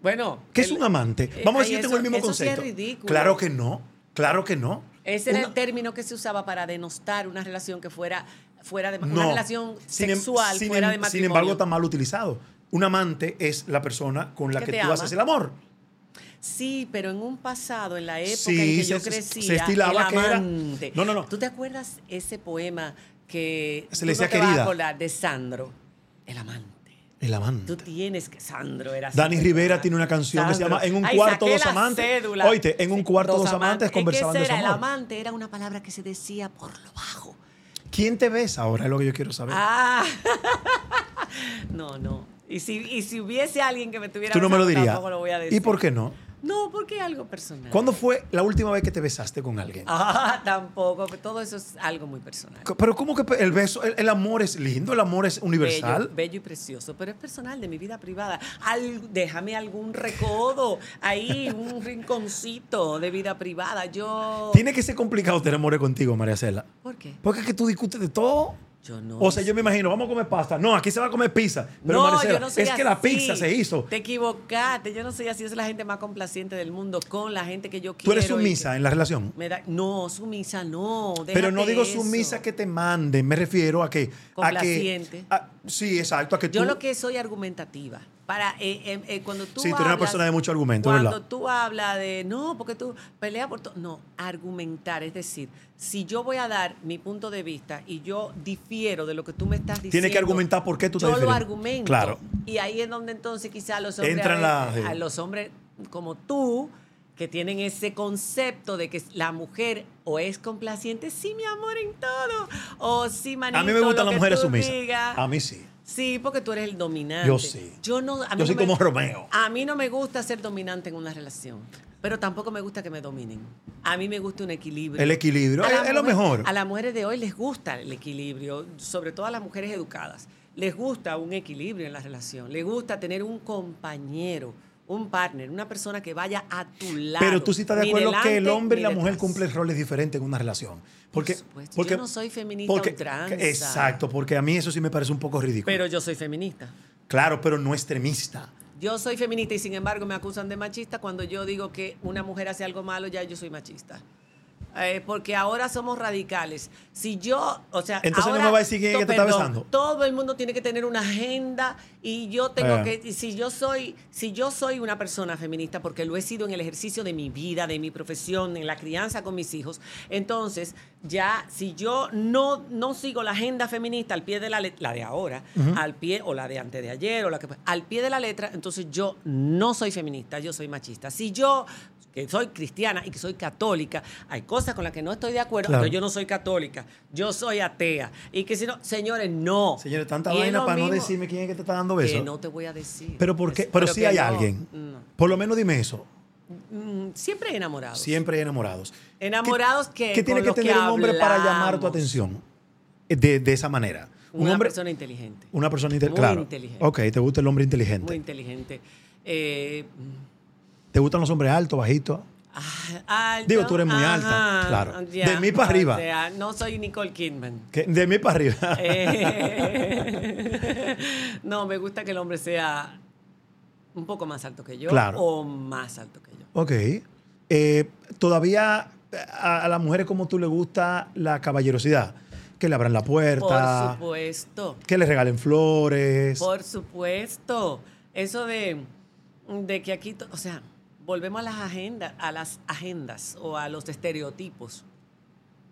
Bueno.
¿Qué es
el-
un amante?
eh,
Vamos a
ay,
decir que
eso-
tengo el mismo
eso sí es
concepto.
ridículo.
Claro que no. Claro que no.
Ese era
Una-
el término que se usaba para denostar una relación que fuera fuera de ma-
No.
una relación
Sin em-
sexual
sin
fuera
em-
de matrimonio.
Sin embargo, está mal utilizado. Un amante es la persona con la
Que
que tú
te ama.
haces el amor.
Sí, pero en un pasado, en la época
Sí,
en que
se-
yo
se-
crecía,
se estilaba
el
que era-
amante.
No, no, no.
¿Tú te acuerdas ese poema que
Se le
tú no
decía
te vas a
querida.
acordar, de Sandro, el amante?
El
Tú
amante.
tienes que Sandro era
Dani
Sandro,
Rivera
¿verdad?
tiene una canción que se
Sandro.
llama En un
Ay,
cuarto
saqué
dos
la
amantes.
cédula.
Oíste, en un
Sí,
conversaban dos amantes
Es que
conversaban de
ese
su
era, el
amor.
amante era una palabra que se decía por lo bajo.
¿Quién te besa? Ahora es lo que yo quiero saber.
Ah. no, no. Y si, y si hubiese alguien que me tuviera
tú no me lo
besado,
dirías.
tampoco lo voy a decir.
¿Y por qué no?
No, porque es algo personal.
¿Cuándo fue la última vez que te besaste con alguien?
Ah, tampoco. Todo eso es algo muy personal.
C- Pero ¿cómo que pe- el beso, el, el amor es lindo, el amor es universal?
Bello, bello y precioso, pero es personal de mi vida privada. Al- déjame algún recodo ahí, un rinconcito de vida privada. Yo.
Tiene que ser complicado tener amores contigo, María Cela.
¿Por qué?
Porque es que tú discutes de todo.
Yo no.
O sea, yo me imagino, vamos a comer pasta. No, aquí se va a comer pizza. Pero
no,
María
yo
Cela,
no soy
es que la
así.
pizza se hizo.
Te equivocaste. Yo no soy así. Es la gente más complaciente del mundo con la gente que yo quiero.
Tú eres
y que
sumisa en la relación.
me da- no, sumisa no.
Pero no
déjate
digo
eso.
sumisa que te manden, me refiero a que... A que
Complaciente.
a- sí, exacto, a que
Yo
tú...
lo que soy argumentativa. Para, eh, eh, eh, cuando tú
Sí, tú eres
hablas,
una persona de mucho argumento,
Cuando
¿verdad?
tú hablas de, no, porque tú peleas por todo. No, argumentar. Es decir, si yo voy a dar mi punto de vista y yo difiero de lo que tú me estás diciendo.
Tienes que argumentar por qué tú te
Yo lo
difieres.
argumento.
Claro.
Y ahí es donde entonces quizá los hombres.
Entran
a veces-
la- sí.
a los hombres como tú que tienen ese concepto de que la mujer o es complaciente, sí, mi amor, en todo, o sí, manito,
a mí me
lo
gustan las
que
mujeres
tú
sumisas.
digas.
A mí sí.
Sí, porque tú eres el dominante.
Yo sí.
Yo no. a mí
Yo soy
no me-
como Romeo.
A mí no me gusta ser dominante en una relación, pero tampoco me gusta que me dominen. A mí me gusta un equilibrio.
El equilibrio,
pues, A
es-
las
es lo
mujeres-
mejor.
A las mujeres de hoy les gusta el equilibrio, sobre todo a las mujeres educadas. Les gusta un equilibrio en la relación. Les gusta tener un compañero, un partner, una persona que vaya a tu lado.
Pero tú sí estás de
ni
acuerdo que el
delante
hombre y
ni
la mujer
detrás.
cumplen roles diferentes en una relación. Porque,
supuesto.
porque-
Yo no soy feminista
porque-
a ultranza.
Exacto, porque a mí eso sí me parece un poco ridículo.
Pero yo soy feminista.
claro, pero no extremista.
Yo soy feminista y sin embargo me acusan de machista cuando yo digo que una mujer hace algo malo, ya yo soy machista. eh, porque ahora somos radicales. Si yo, o sea,
Entonces
ahora,
no me va a decir quién es
to-
que te está
perdón,
besando.
Todo el mundo tiene que tener una agenda y yo tengo
Ah.
que, y si yo soy, si yo soy una persona feminista, porque lo he sido en el ejercicio de mi vida, de mi profesión, en la crianza con mis hijos, entonces ya si yo no, no sigo la agenda feminista al pie de la letra, la de ahora, al pie, o la de antes de ayer, o la que fue, al pie de la letra, entonces yo no soy feminista, yo soy machista. Si yo que soy cristiana y que soy católica, hay cosas con las que no estoy de acuerdo,
Claro.
pero yo no soy católica, yo soy atea. Y que si no, señores, no.
Señores, tanta
Y es
vaina
lo
para no
mismo
decirme quién es que te está dando
Que
besos.
no te voy a decir.
Pues Pero, por qué-
Eso,
pero sí
que
hay
no,
alguien.
no.
Por lo menos dime eso.
Mm, Siempre enamorados.
Siempre hay enamorados.
Enamorados que-
¿Qué tiene
Eh,
que
con los que
tener un hombre para llamar tu
hablamos.
atención? Eh, De, de esa manera. Un
Una
hombre,
persona inteligente.
una persona inte-
Muy
claro.
inteligente.
Ok, te gusta el hombre inteligente.
Muy inteligente. Eh,
¿Te gustan los hombres altos, bajitos?
ah, alto,
Digo, tú eres muy
ajá,
alta, claro.
ya,
De mí para
o
arriba.
sea, no soy Nicole Kidman.
Que- De mí para arriba.
Eh, no, me gusta que el hombre sea un poco más alto que yo
Claro.
o más alto que yo.
Ok. Eh, todavía a, a las mujeres como tú le gusta la caballerosidad. Que le abran la
Por
puerta.
supuesto,
Que le regalen flores.
por supuesto. Eso de, de que aquí, to- o sea, volvemos a las agendas, a las agendas o a los estereotipos.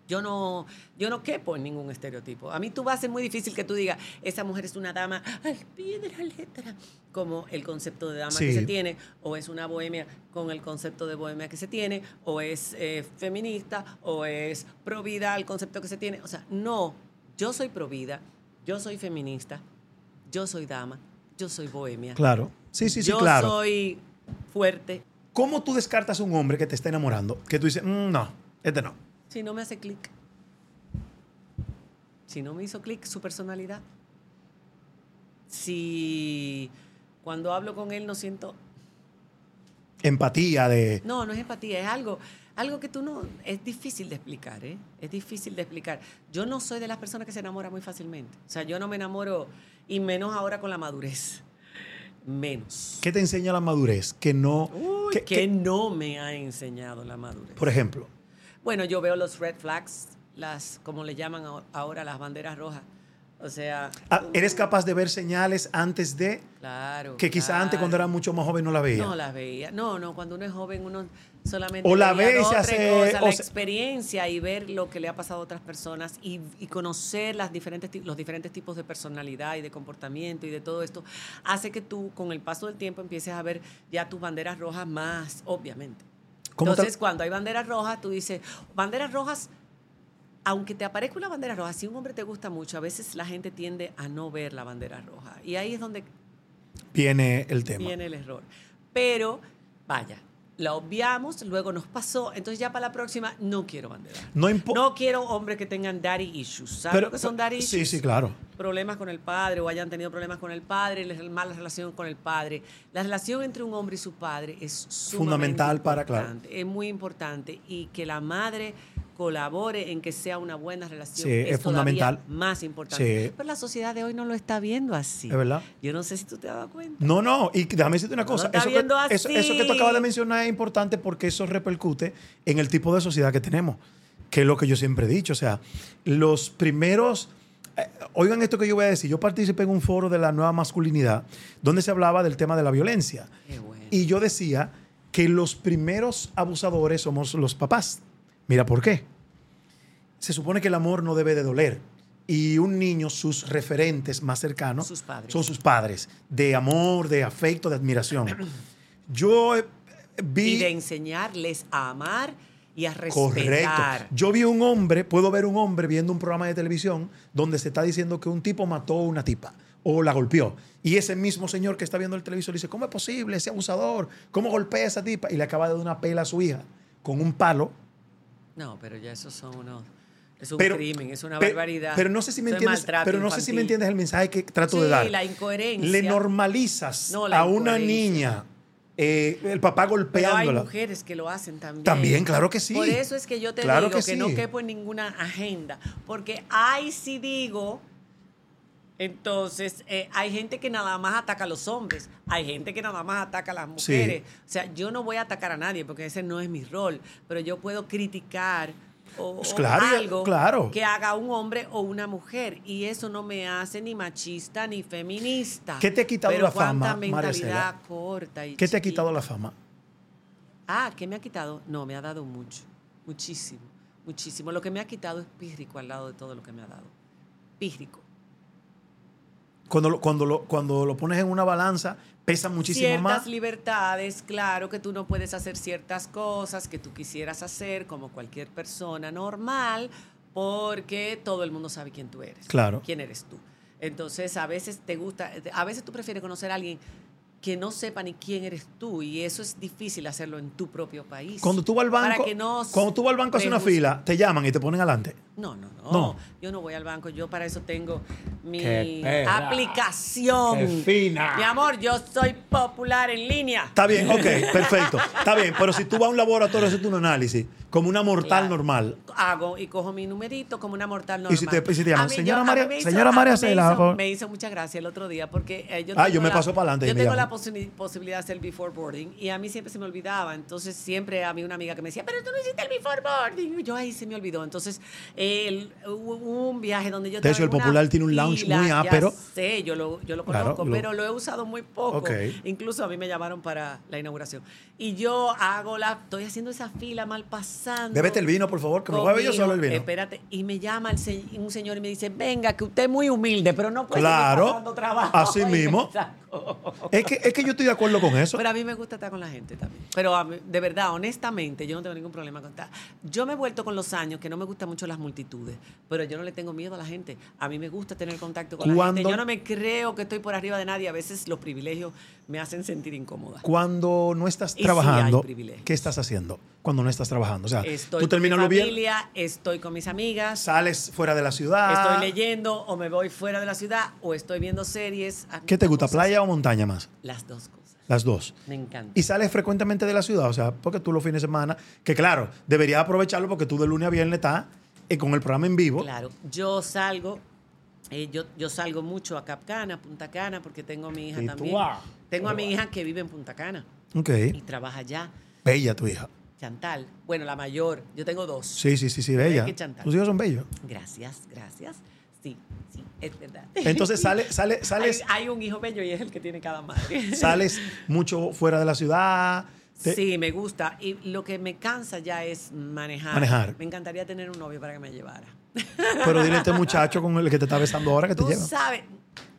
Yo no, yo no quepo en ningún estereotipo. A mí tú vas a ser muy difícil que tú digas, esa mujer es una dama al pie de la letra, como el concepto de dama
Sí.
que se tiene, o es una bohemia con el concepto de bohemia que se tiene, o es eh, feminista, o es provida el concepto que se tiene. O sea, no, yo soy provida, yo soy feminista, yo soy dama, yo soy bohemia.
Claro. Sí, sí, sí,
yo
claro.
soy fuerte.
¿Cómo tú descartas a un hombre que te está enamorando? Que tú dices, "Mm, no, este no.
Si no me hace clic. Si no me hizo clic su personalidad. Si cuando hablo con él no siento.
Empatía de.
No, no es empatía, es algo, algo que tú no. Es difícil de explicar, ¿eh? Es difícil de explicar. Yo no soy de las personas que se enamora muy fácilmente. O sea, yo no me enamoro, y menos ahora con la madurez. Menos.
¿Qué te enseña la madurez? Que no.
Uy,
que-
que,
que-
no me ha enseñado la madurez.
por ejemplo,
Bueno, yo veo los red flags, las, como le llaman ahor- ahora, las banderas rojas. O sea,
ah, eres capaz de ver señales antes de.
claro.
Que quizá
claro.
antes, cuando era mucho más joven, no la veía.
No las veía. No, no, cuando uno es joven, uno solamente.
O la
veía
ve y
dos,
se
tres
hace-
cosas,
o
la
se-
experiencia y ver lo que le ha pasado a otras personas y, y conocer las diferentes, ti- los diferentes tipos de personalidad y de comportamiento y de todo esto hace que tú, con el paso del tiempo, empieces a ver ya tus banderas rojas más, obviamente.
¿Cómo te-
Entonces, cuando hay banderas rojas, tú dices, banderas rojas, aunque te aparezca una bandera roja, si un hombre te gusta mucho, a veces la gente tiende a no ver la bandera roja. Y ahí es donde
viene el tema?
viene el error. Pero, vaya, la obviamos, luego nos pasó, entonces ya para la próxima no quiero bandera.
No importa.
No quiero hombres que tengan daddy issues. ¿Sabes lo que son daddy issues?
Sí, sí, claro.
problemas con el padre o hayan tenido problemas con el padre, la mala relación con el padre. La relación entre un hombre y su padre es sumamente
Fundamental para, claro.
importante, Es muy importante y que la madre colabore en que sea una buena relación
Sí,
es,
es fundamental.
todavía más importante.
Sí.
Pero la sociedad de hoy no lo está viendo así.
Es verdad.
Yo no sé si tú te has dado cuenta.
No, no, y déjame decirte una
No
cosa.
lo está
eso,
viendo
que, eso, eso que tú
así.
acabas de mencionar es importante porque eso repercute en el tipo de sociedad que tenemos, que es lo que yo siempre he dicho. O sea, los primeros. eh, Oigan esto que yo voy a decir. Yo participé en un foro de la nueva masculinidad donde se hablaba del tema de la violencia.
Qué bueno.
Y yo decía que los primeros abusadores somos los papás. Mira por qué. Se supone que el amor no debe de doler. Y un niño, sus referentes más cercanos
Sus padres.
son sus padres. De amor, de afecto, de admiración. Yo eh, vi...
y de enseñarles a amar y a
Correcto.
respetar.
Yo vi un hombre, puedo ver un hombre viendo un programa de televisión donde se está diciendo que un tipo mató a una tipa o la golpeó. Y ese mismo señor que está viendo el televisor le dice, ¿cómo es posible ese abusador? ¿Cómo golpea a esa tipa? Y le acaba de dar una pela a su hija con un palo.
No, pero ya eso son unos... Es un
Pero-
crimen, es una
pe-
barbaridad.
Pero no sé si me
Eso es
entiendes,
maltrato
pero no sé si me
infantil.
entiendes el mensaje que trato de
Sí,
dar.
la incoherencia.
Le normalizas
No, la
a una
incoherencia.
niña eh, el papá
Pero hay
golpeándola.
mujeres que lo hacen también.
También, claro que sí.
Por eso es que yo te
Claro
digo
que
que,
sí.
no quepo en ninguna agenda. Porque ahí sí digo. Entonces, eh, hay gente que nada más ataca a los hombres, hay gente que nada más ataca a las mujeres. O sea, yo no voy a atacar a nadie porque ese no es mi rol, pero yo puedo criticar o,
Pues
o
claro, ya-
algo
claro.
que haga un hombre o una mujer. Y eso no me hace ni machista ni feminista.
¿Qué te ha quitado
Pero
la fama,
cuánta
María
mentalidad
Cela?
corta y
¿Qué te ha
chiquita.
quitado la fama?
Ah, ¿qué me ha quitado? No, me ha dado mucho, muchísimo, muchísimo. Lo que me ha quitado es pírrico al lado de todo lo que me ha dado. Pírrico.
Cuando lo, cuando lo, cuando lo pones en una balanza, pesa muchísimo
ciertas
más.
libertades, claro que tú no puedes hacer ciertas cosas que tú quisieras hacer como cualquier persona normal, porque todo el mundo sabe quién tú eres.
Claro.
Quién eres tú. Entonces, a veces te gusta, a veces tú prefieres conocer a alguien que no sepa ni quién eres tú y eso es difícil hacerlo en tu propio país.
Cuando tú vas al
Para
banco,
que no
cuando tú vas al banco a hacer una
prejuzgue.
fila, te llaman y te ponen adelante.
No, no, no,
No.
Yo no voy al banco. Yo para eso tengo mi
Qué perra.
aplicación.
Qué fina.
Mi amor, yo soy popular en línea.
Está bien, ok, perfecto. Está bien, pero si tú vas a un laboratorio a hacer un análisis, como una mortal
Claro.
normal,
Hago y cojo mi numerito como una mortal normal.
Y si te- y si te llaman,
A mí,
"Señora
a
María-
mí me hizo-
señora
a mí
María
me
Cela,
hizo-
por favor".
Me hizo mucha gracia el otro día porque eh, yo
Ah,
tengo
yo me
la-
paso pa'lante y
Yo
me
tengo
llaman.
la posi- posibilidad de hacer el before boarding y a mí siempre se me olvidaba. Entonces siempre había una amiga que me decía, pero tú no hiciste el before boarding. Y yo ahí se me olvidó. Entonces el- hubo un viaje donde yo
De hecho,
estaba en
el
una
Popular tiene un lounge
fila,
muy
ya
ápero.
sé, yo lo, yo lo
Claro,
conozco,
lo-
pero lo he usado muy poco.
Ok.
Incluso a mí me llamaron para la inauguración. Y yo hago la, estoy haciendo esa fila mal pasando.
débete el vino, por favor, que me voy a beber yo
Conmigo,
solo el vino.
Espérate, y me llama el se- un señor y me dice, venga, que usted es muy humilde, pero no puede
Claro,
seguir pasando trabajo.
así
Y me
mismo.
sacó.
Es que, es que yo estoy de acuerdo con eso.
Pero a mí me gusta estar con la gente también. Pero a mí, de verdad, honestamente, yo no tengo ningún problema con estar. Yo me he vuelto con los años que no me gustan mucho las multitudes, pero yo no le tengo miedo a la gente. A mí me gusta tener contacto con la
¿Cuándo?
gente. Yo no me creo que estoy por arriba de nadie. A veces los privilegios me hacen sentir incómoda.
Cuando no estás
Y sí
trabajando,
hay privilegios.
¿qué estás haciendo? Cuando no estás trabajando. O sea,
Estoy
tú
con mi
terminas lo bien,
familia, estoy con mis amigas,
sales fuera de la ciudad.
estoy leyendo o me voy fuera de la ciudad o estoy viendo series. A mí
¿Qué te
las
gusta,
cosas-
playa o montaña más?
Las dos cosas.
Las dos.
Me encanta.
Y sales frecuentemente de la ciudad, o sea, porque tú los fines de semana, que claro, deberías aprovecharlo porque tú de lunes a viernes estás eh, con el programa en vivo.
Claro, yo salgo, eh, yo, yo salgo mucho a Capcana, Punta Cana, porque tengo a mi hija
Y tú
también.
Ah.
vas.
Tengo a
Tú
mi
vas.
hija que vive en Punta Cana
Ok.
y trabaja allá,
Bella tu hija.
Chantal. Bueno, la mayor, yo tengo dos.
Sí, sí, sí, sí, bella.
que chantar.
Tus hijos son bellos.
Gracias, gracias. Sí, sí, es verdad.
Entonces sale, sale,
Hay,
sales,
hay un hijo bello y es el que tiene cada madre.
sales mucho fuera de la ciudad. te-
Sí, me gusta. Y lo que me cansa ya es manejar.
Manejar.
Me encantaría tener un novio para que me llevara.
Pero dile a este muchacho con el que te está besando ahora que te
Tú
lleva.
sabes.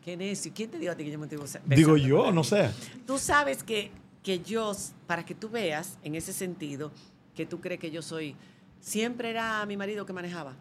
¿Qué necio? ¿Quién te dijo a ti que yo me estoy besa-
Digo
besando
yo,
con
no
alguien?
sé.
Tú sabes que, que yo, para que tú veas en ese sentido, que tú crees que yo soy, siempre era mi marido que manejaba.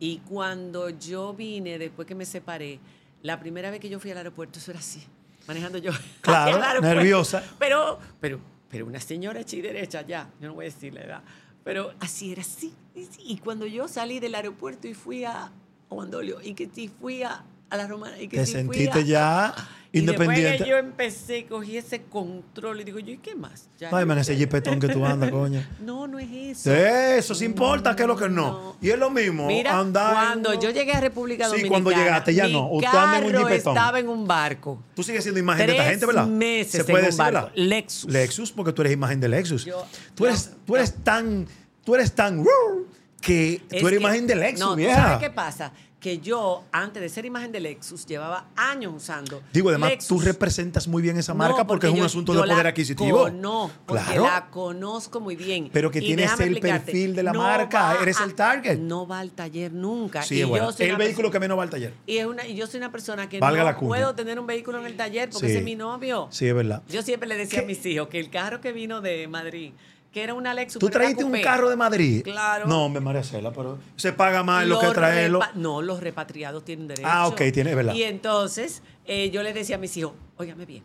Y cuando yo vine, después que me separé, la primera vez que yo fui al aeropuerto, eso era así, manejando yo.
Claro,
Al aeropuerto.
nerviosa.
Pero, pero, pero una señora hecha y derecha ya, yo no voy a decir la edad, pero así era así. Y sí, Y cuando yo salí del aeropuerto y fui a Guandolio, y que sí fui a, a la Romana, y que
Te
sí
sentiste
fui a,
ya
y después que
independiente.
yo empecé, cogí ese control y digo, yo, ¿y qué más? Ya
Ay,
yo-
man, ese jipetón que tú andas, coño.
No, no es eso.
Eso sí importa, que es lo que no.
No.
Y es lo mismo.
Mira,
andar en
cuando
uno-
yo llegué a República
Sí,
Dominicana,
cuando llegaste, ya
mi
no. Usted anda en un
carro
jipetón.
estaba en un barco.
Tú sigues siendo imagen de
Tres
esta gente, ¿verdad?
meses
Se puede
en un
decir,
barco.
¿verdad?
Lexus.
Lexus, porque tú eres imagen de Lexus.
Yo-
tú eres,
no,
tú eres tan, tú eres tan ¡wow! que
Es
tú eres
que-
imagen de Lexus,
no, ¿tú
vieja.
¿Sabes qué pasa? Que yo, antes de ser imagen de Lexus, llevaba años usando.
Digo, además, tú
Lexus.
representas muy bien esa marca
No,
porque, es un
yo-
asunto
yo
de poder
la
adquisitivo.
cono- porque
claro.
la conozco muy bien.
Pero que
Y
tienes
déjame
el
explicarte,
perfil de la
no
marca,
va
eres
a-
el target.
No va al taller nunca.
Sí,
Y
es
yo
buena.
soy
El
una
vehículo
persona-
que menos va al taller.
Y, es una, y yo soy una persona que
Valga la
no
cuña.
puedo tener un vehículo en el taller porque
Sí.
ese es mi novio.
Sí, es verdad.
Yo siempre le decía
¿Qué?
a mis hijos que el carro que vino de Madrid, que era una Lexus.
Tú
pero era
trajiste un
coupé,
carro de Madrid.
Claro.
No, hombre, María Cela, pero se paga más lo que
los
traerlo.
repa- No, los repatriados tienen derecho.
Ah, ok, tiene- es verdad.
Y entonces eh, yo les decía a mis hijos, óigame bien,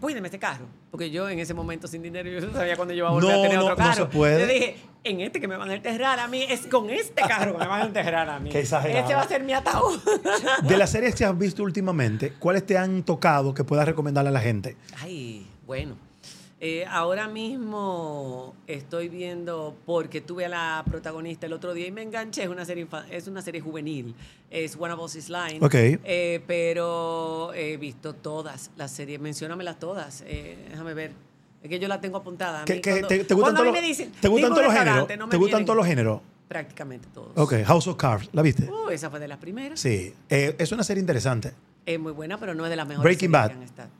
cuídeme este carro. Porque yo en ese momento sin dinero, yo no sabía cuándo yo iba a volver
No,
a tener
no,
otro
no
carro.
se puede.
Yo dije, en este que me van a enterrar a mí, es con este carro que me van a enterrar a mí.
Qué exagerada.
Este va a ser mi ataúd.
De las series que has visto últimamente, ¿cuáles te han tocado que puedas recomendarle a la gente?
Ay, bueno. Eh, ahora mismo estoy viendo, porque tuve a la protagonista el otro día y me enganché, es una serie, infa- es una serie juvenil, es One of Us is Line.
Ok.
Eh, pero he visto todas las series, menciónamelas todas, eh, déjame ver. Es que yo la tengo apuntada. A
¿Qué-
mí
qué-
cuando-
te, te gustan
cuando a
todos
mí
los,
me dicen,
te gustan
"Ningún
todos los géneros?
restaurante", no me
¿Te gustan
vienen
todos los géneros?
Prácticamente todos.
Ok, House of Cards, ¿la viste?
Uh, esa fue de las primeras.
Sí. Eh, es una serie interesante.
Es muy buena, pero no es de las mejores.
Breaking
series
Bad.
que han estado.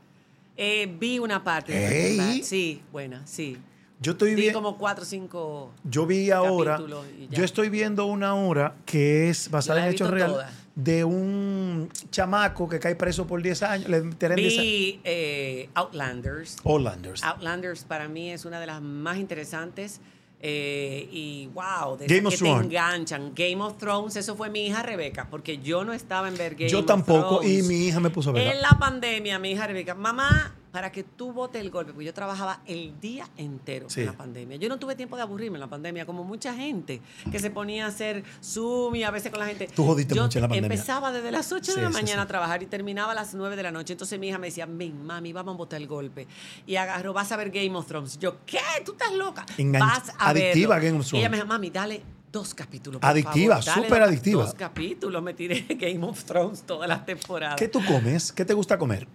Eh, vi una parte de Breaking
Ey.
Bad. Sí, buena, sí.
Yo estoy
Vi
bien.
como cuatro o cinco.
Yo vi ahora,
capítulo y ya.
yo estoy viendo una obra que es basada
Yo la
en
he
hechos
visto
reales
toda.
de un chamaco que cae preso por 10 años. Le tiran 10 años.
Vi eh, Outlanders.
Hollanders.
Outlanders para mí es una de las más interesantes. eh, y wow, de esas
Game of
que
Thrones.
te enganchan. Game of Thrones, eso fue mi hija Rebeca, porque yo no estaba en ver Game
Yo
of
tampoco, y
Thrones.
mi hija me puso a verla.
En la pandemia, mi hija Rebeca, mamá, para que tú votes el golpe, porque yo trabajaba el día entero
Sí.
en la pandemia. Yo no tuve tiempo de aburrirme en la pandemia, como mucha gente que se ponía a hacer Zoom y a veces con la gente.
Tú jodiste
Yo
mucho en la pandemia.
Empezaba desde las 8
Sí,
de la
sí,
mañana
sí.
a trabajar y terminaba a las 9 de la noche. Entonces mi hija me decía, mi mami, vamos a votar el golpe. Y agarró, vas a ver Game of Thrones. Yo, ¿qué? ¿Tú estás loca?
Engan-
vas a
adictiva
verlo".
Game of
Y ella me
Thrones.
dijo, mami, dale dos capítulos. por
Adictiva,
favor, dale
súper
dos-
adictiva.
Dos capítulos, me tiré Game of Thrones todas las temporadas.
¿Qué tú comes? ¿Qué te gusta comer?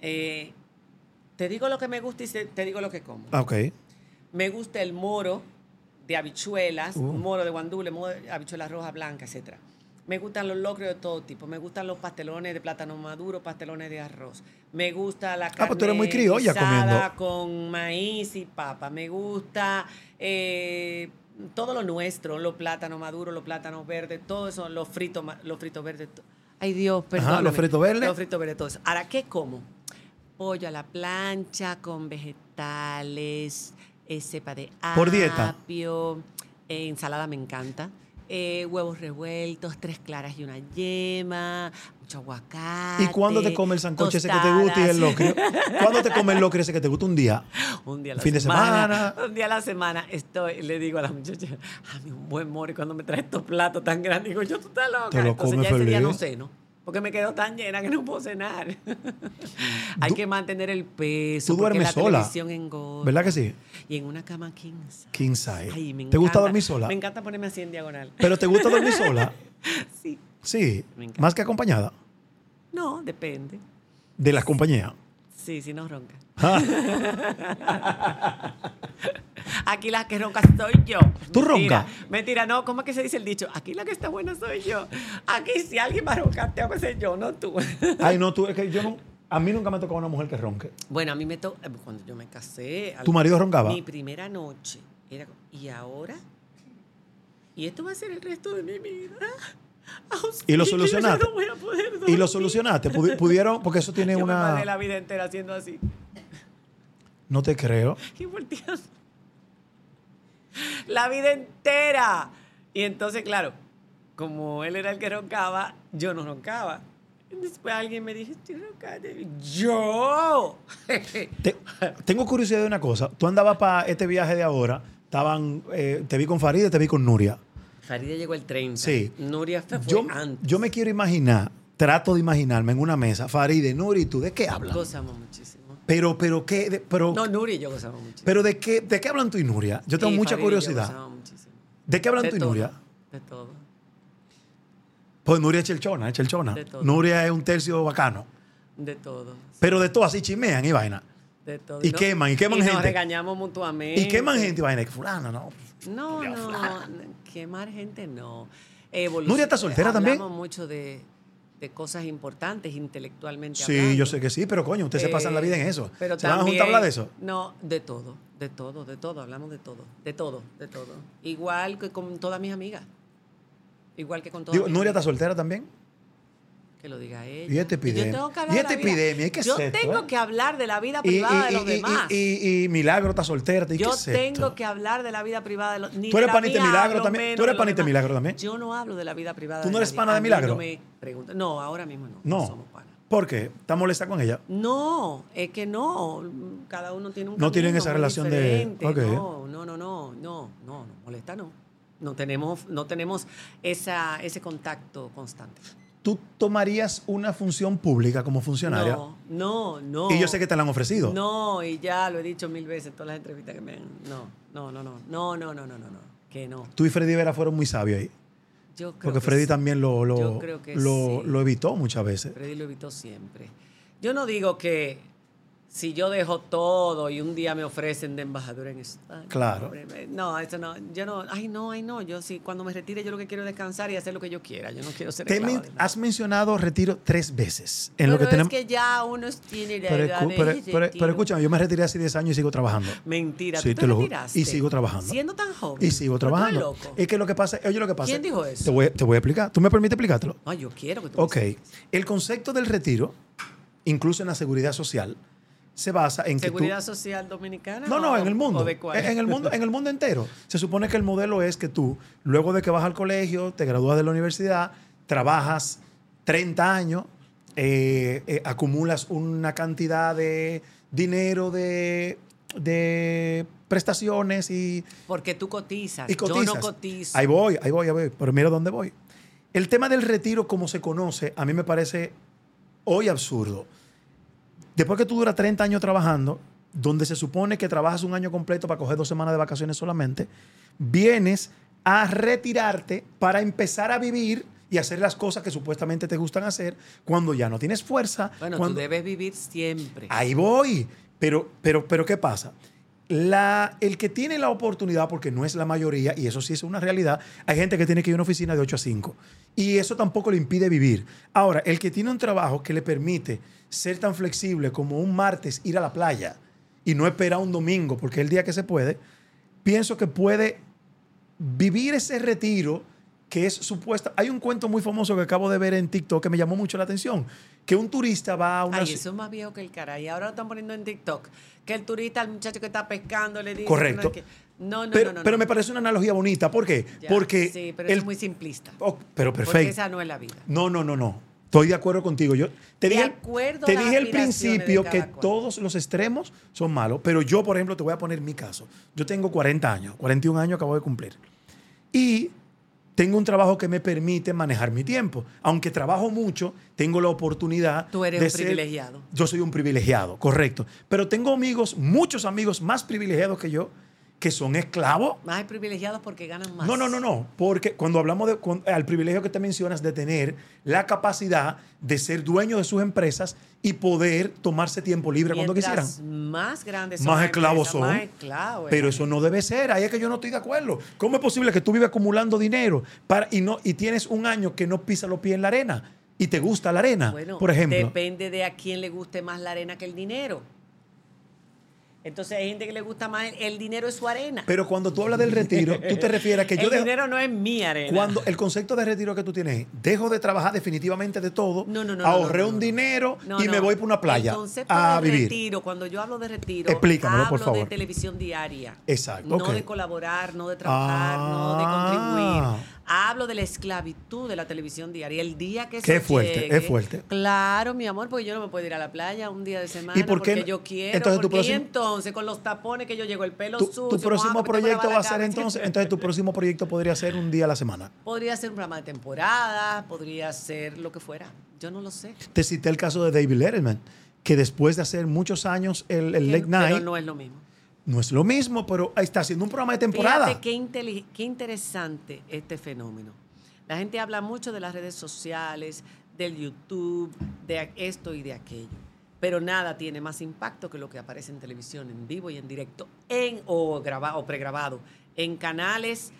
Eh, te digo lo que me gusta y se- te digo lo que como.
Ah, ok.
Me gusta el moro de habichuelas,
Uh.
moro de guandule, moro de habichuelas rojas, blancas, etc. Me gustan los locros de todo tipo. Me gustan los pastelones de plátano maduro, pastelones de arroz. Me gusta la carne
pues tú eres muy criolla
guisada con maíz y papa. Me gusta eh, todo lo nuestro, los plátanos maduros, los plátanos verdes, todo eso, los fritos, ma- los fritos verdes. to- Ay Dios, perdón.
los fritos verdes.
Los fritos verdes, todo eso. Ahora, ¿qué como? pollo a la plancha con vegetales, eh, cepa de apio,
Por dieta.
eh, ensalada me encanta, eh, huevos revueltos, tres claras y una yema, mucho aguacate.
¿Y cuándo te come el sancoche ese que te
tostadas.
gusta y el locrio? ¿Cuándo te come el locrio ese que te gusta un día?
un día a la
Fin de semana.
semana, Un día a la semana estoy, le digo a la muchacha, a mí un buen moro, y cuando me trae estos platos tan grandes, digo, yo tú estás loca.
Te lo
Entonces
comes
ya ese día
feliz.
no ceno. Porque me quedo tan llena que no puedo cenar. Hay
Du-
que mantener el peso.
Tú
porque
duermes
la
sola,
televisión engorda.
¿Verdad que sí?
Y en una cama king size.
King size.
Ay, me
¿Te gusta
encanta.
dormir sola?
Me encanta ponerme así en diagonal.
¿Pero te gusta dormir sola?
Sí.
Sí.
Me encanta.
Más que acompañada.
No, depende.
De las compañías.
Sí, sí, no ronca.
Ah,
Aquí la que ronca soy yo.
¿Tú
Mentira,
roncas?
Mentira, no. ¿Cómo es que se dice el dicho? Aquí la que está buena soy yo. Aquí si alguien va a roncar, tengo que ser yo, no tú.
Ay, no, tú, es que yo no. A mí nunca me ha tocado una mujer que ronque.
Bueno, a mí me tocó, cuando yo me casé. al-
¿Tu marido roncaba?
Mi primera noche. Era, como, ¿Y ahora? ¿Y esto va a ser el resto de mi vida?
¿Y lo
Auxilio, yo
solucionaste?
no voy a poder
Y lo
dormir.
solucionaste. Pudi- Pudieron, porque eso tiene
Yo me
una.
pasé la vida entera haciendo así.
No te creo.
y volteando. La vida entera. Y entonces, claro, como él era el que roncaba, yo no roncaba. Después alguien me dijo, "Tú roncaste". ¡Yo!
Te- tengo curiosidad de una cosa. Tú andabas para este viaje de ahora. Estaban, eh, te vi con Faride, te vi con Nuria.
Faride llegó el 30.
Sí.
Nuria fue, fue
Yo,
antes.
yo me quiero imaginar, trato de imaginarme en una mesa, Faride, Nuria y tú, ¿de qué hablan?
Gozamos muchísimo.
Pero, pero, ¿qué? De- pero,
Pues, No, Nuria y yo gozamos muchísimo.
pero ¿de qué, de qué hablan tú y Nuria? Yo tengo
Sí,
mucha
Faride y yo
curiosidad.
gozamos muchísimo.
¿De qué hablan
De
tú y
todo,
Nuria?
De todo.
Pues Nuria es chelchona, es chelchona.
De todo.
Nuria es un tercio bacano.
De todo.
Pero de todo así chimean y vaina.
De todo.
Y
no-
queman, y queman
Nos
gente.
regañamos mutuamente.
Y queman gente y vaina. que Fulana, no.
No,
Julia
no,
Fulana.
quemar gente no. Evoluc-
¿Nuria está soltera
hablamos
también?
mucho de, de cosas importantes intelectualmente
Sí, yo sé que sí, pero coño, ustedes se pasan la vida en eso.
Eh, Pero
¿Se van a juntar a hablar de eso?
No, de todo, de todo, de todo, hablamos de todo, de todo, de todo. Igual que con todas mis amigas. Igual que con todas
Digo,
mis
¿Nuria está
amigas.
soltera también?
Que lo diga ella.
Y esta
yo
epidemia.
tengo que hablar
Y
de
esta
la vida.
epidemia, ¿y qué es
Yo
esto,
tengo
eh?
que hablar de la vida
Y,
privada de
y-
los
y- y-
demás.
y- y- y Milagro está soltera. ¿y qué
Yo
es esto?
tengo que hablar de la vida privada de los ni
Tú
de
eres
la
panita de
mía
Milagro
hablo
también.
menos
Tú eres
de los
panita de
demás.
Milagro también.
Yo no hablo de la vida privada.
¿Tú no
de
eres
nadie.
pana de
A mí
Milagro?
No, me preguntan. no, ahora mismo no. No. somos
No.
panas.
¿Por qué? ¿Estás molesta con ella?
No, es que no. Cada uno tiene un
No tienen
camino
esa
muy
relación de-
diferente.
Ok.
No, no, no, no, no, no, no, molesta no. No tenemos, no tenemos esa, ese contacto constante.
¿Tú tomarías una función pública como funcionaria?
No, no, no.
Y yo sé que te la han ofrecido.
No, y ya lo he dicho mil veces en todas las entrevistas que me han. No, no, no, no, no, no, no, no, no, no, que no.
Tú y Freddy Vera fueron muy sabios ahí.
Yo creo
Porque
que
Freddy
sí.
también lo, lo-
Yo creo que
lo-
sí.
lo evitó muchas veces.
Freddy lo evitó siempre. Yo no digo que si yo dejo todo y un día me ofrecen de embajadora en España.
Claro.
pobre, no, eso no. Yo no. Ay, no, ay, no. Yo sí, cuando me retire, yo lo que quiero es descansar y hacer lo que yo quiera. Yo no quiero ser
Te
esclava
men-
de nada.
has mencionado retiro tres veces en lo
Pero
que tenemos.
es que ya uno tiene la
pero,
edad
escu-
de
pero-
ella,
pero-
tío.
pero escúchame, yo me retiré hace 10 años y sigo trabajando.
Mentira,
Sí,
¿tú
te lo juro.
retiraste?
Y sigo trabajando.
Siendo tan joven.
Y sigo
Pero tú eres
trabajando. Eh,
loco.
Es que lo que pasa, oye lo que pasa.
¿Quién dijo eso?
Te voy, te voy a explicar. ¿Tú me permites explicártelo?
Ay, yo quiero que tú me
Ok. El concepto del retiro, incluso en la seguridad social, se basa en que tú...
¿Seguridad Social Dominicana?
No, no,
o-
en el mundo. Eh,
¿O de cuál?
En el mundo, en el mundo entero. Se supone que el modelo es que tú, luego de que vas al colegio, te gradúas de la universidad, trabajas 30 años, eh, eh, acumulas una cantidad de dinero, de, de prestaciones y,
Porque tú cotizas.
y cotizas.
Yo no cotizo.
Ahí voy, ahí voy, ahí voy. Pero mira dónde voy. El tema del retiro, como se conoce, a mí me parece hoy absurdo. Después que tú duras 30 años trabajando, donde se supone que trabajas un año completo para coger dos semanas de vacaciones solamente, vienes a retirarte para empezar a vivir y hacer las cosas que supuestamente te gustan hacer cuando ya no tienes fuerza.
Bueno,
cuando...
tú debes vivir siempre.
Ahí voy. Pero, pero, pero ¿qué pasa? La, el que tiene la oportunidad, porque no es la mayoría, y eso sí es una realidad, hay gente que tiene que ir a una oficina de 8 a 5. Y eso tampoco le impide vivir. Ahora, el que tiene un trabajo que le permite ser tan flexible como un martes ir a la playa y no esperar un domingo, porque es el día que se puede, pienso que puede vivir ese retiro que es supuesta. Hay un cuento muy famoso que acabo de ver en TikTok que me llamó mucho la atención, que un turista va a una...
Ay,
ci-
eso es más viejo que el cara. Y ahora lo están poniendo en TikTok. Que el turista, el muchacho que está pescando, le dice.
Correcto.
que- No, no,
pero,
no, no.
pero
no.
me parece una analogía bonita. ¿Por qué?
Ya,
Porque.
Sí, pero
el-
es muy simplista.
Oh, pero
Porque
perfecto.
esa no es la vida.
No, no, no, no. Estoy de acuerdo contigo. Yo te
De
dije,
acuerdo
te
a las
dije al
aspiraciones de
principio
cada
que
cual.
todos los extremos son malos, pero yo, por ejemplo, te voy a poner mi caso. Yo tengo 40 años, 41 años acabo de cumplir. Y tengo un trabajo que me permite manejar mi tiempo. Aunque trabajo mucho, tengo la oportunidad
Tú eres
de
un
ser-
privilegiado.
yo soy un privilegiado, correcto. Pero tengo amigos, muchos amigos más privilegiados que yo, que son esclavos
Más hay privilegiados porque ganan más.
no, no, no, no. Porque cuando hablamos de, cuan- al privilegio que te mencionas de tener la capacidad de ser dueño de sus empresas y poder tomarse tiempo libre cuando quisieran.
Mientras Más grandes son.
Más
las
esclavos
empresas,
son.
Más esclavos.
Pero eso no debe ser. Ahí es que yo no estoy de acuerdo. ¿Cómo es posible que tú vives acumulando dinero para, y, no, y tienes un año que no pisas los pies en la arena y te gusta la arena,
Bueno,
por ejemplo?
Depende de a quién le guste más la arena que el dinero. Entonces hay gente que le gusta más el, el dinero es su arena.
Pero cuando tú hablas del retiro, tú te refieres a que yo
el
dejo-
dinero no es mi arena.
Cuando el concepto de retiro que tú tienes es, dejo de trabajar definitivamente de todo,
No, no, no, no,
ahorré
no, no,
un
no.
dinero
No,
y
no.
me voy para una playa
El concepto
a
de
vivir.
retiro, cuando yo hablo de retiro,
Explícamelo,
hablo
por favor.
de televisión diaria.
Exacto,
No
ok.
de colaborar, no de trabajar, no de
Ah.
contribuir. Hablo de la esclavitud de la televisión diaria. El día que
Qué
eso
fuerte,
llegue-
es fuerte.
Claro, mi amor, porque yo no me puedo ir a la playa un día de semana
¿Y por qué
porque
no?
yo quiero.
Entonces, tu
porque- y
próximo-
entonces con los tapones que yo llego, el pelo
Tu,
sucio.
tu próximo
guapo, que tengo
proyecto
que
va a
lavar
ser
la cara.
entonces, entonces tu próximo proyecto podría ser un día a la semana.
Podría ser un programa de temporada, podría ser lo que fuera. Yo no lo sé.
Te cité el caso de David Letterman, que después de hacer muchos años el, el late
Pero
night, no,
no es lo mismo.
es lo mismo, pero está haciendo un programa de temporada.
Fíjate qué, inteli- qué interesante este fenómeno. La gente habla mucho de las redes sociales, del YouTube, de a- esto y de aquello. Pero nada tiene más impacto que lo que aparece en televisión, en vivo y en directo, en, o, grabado o pregrabado, en canales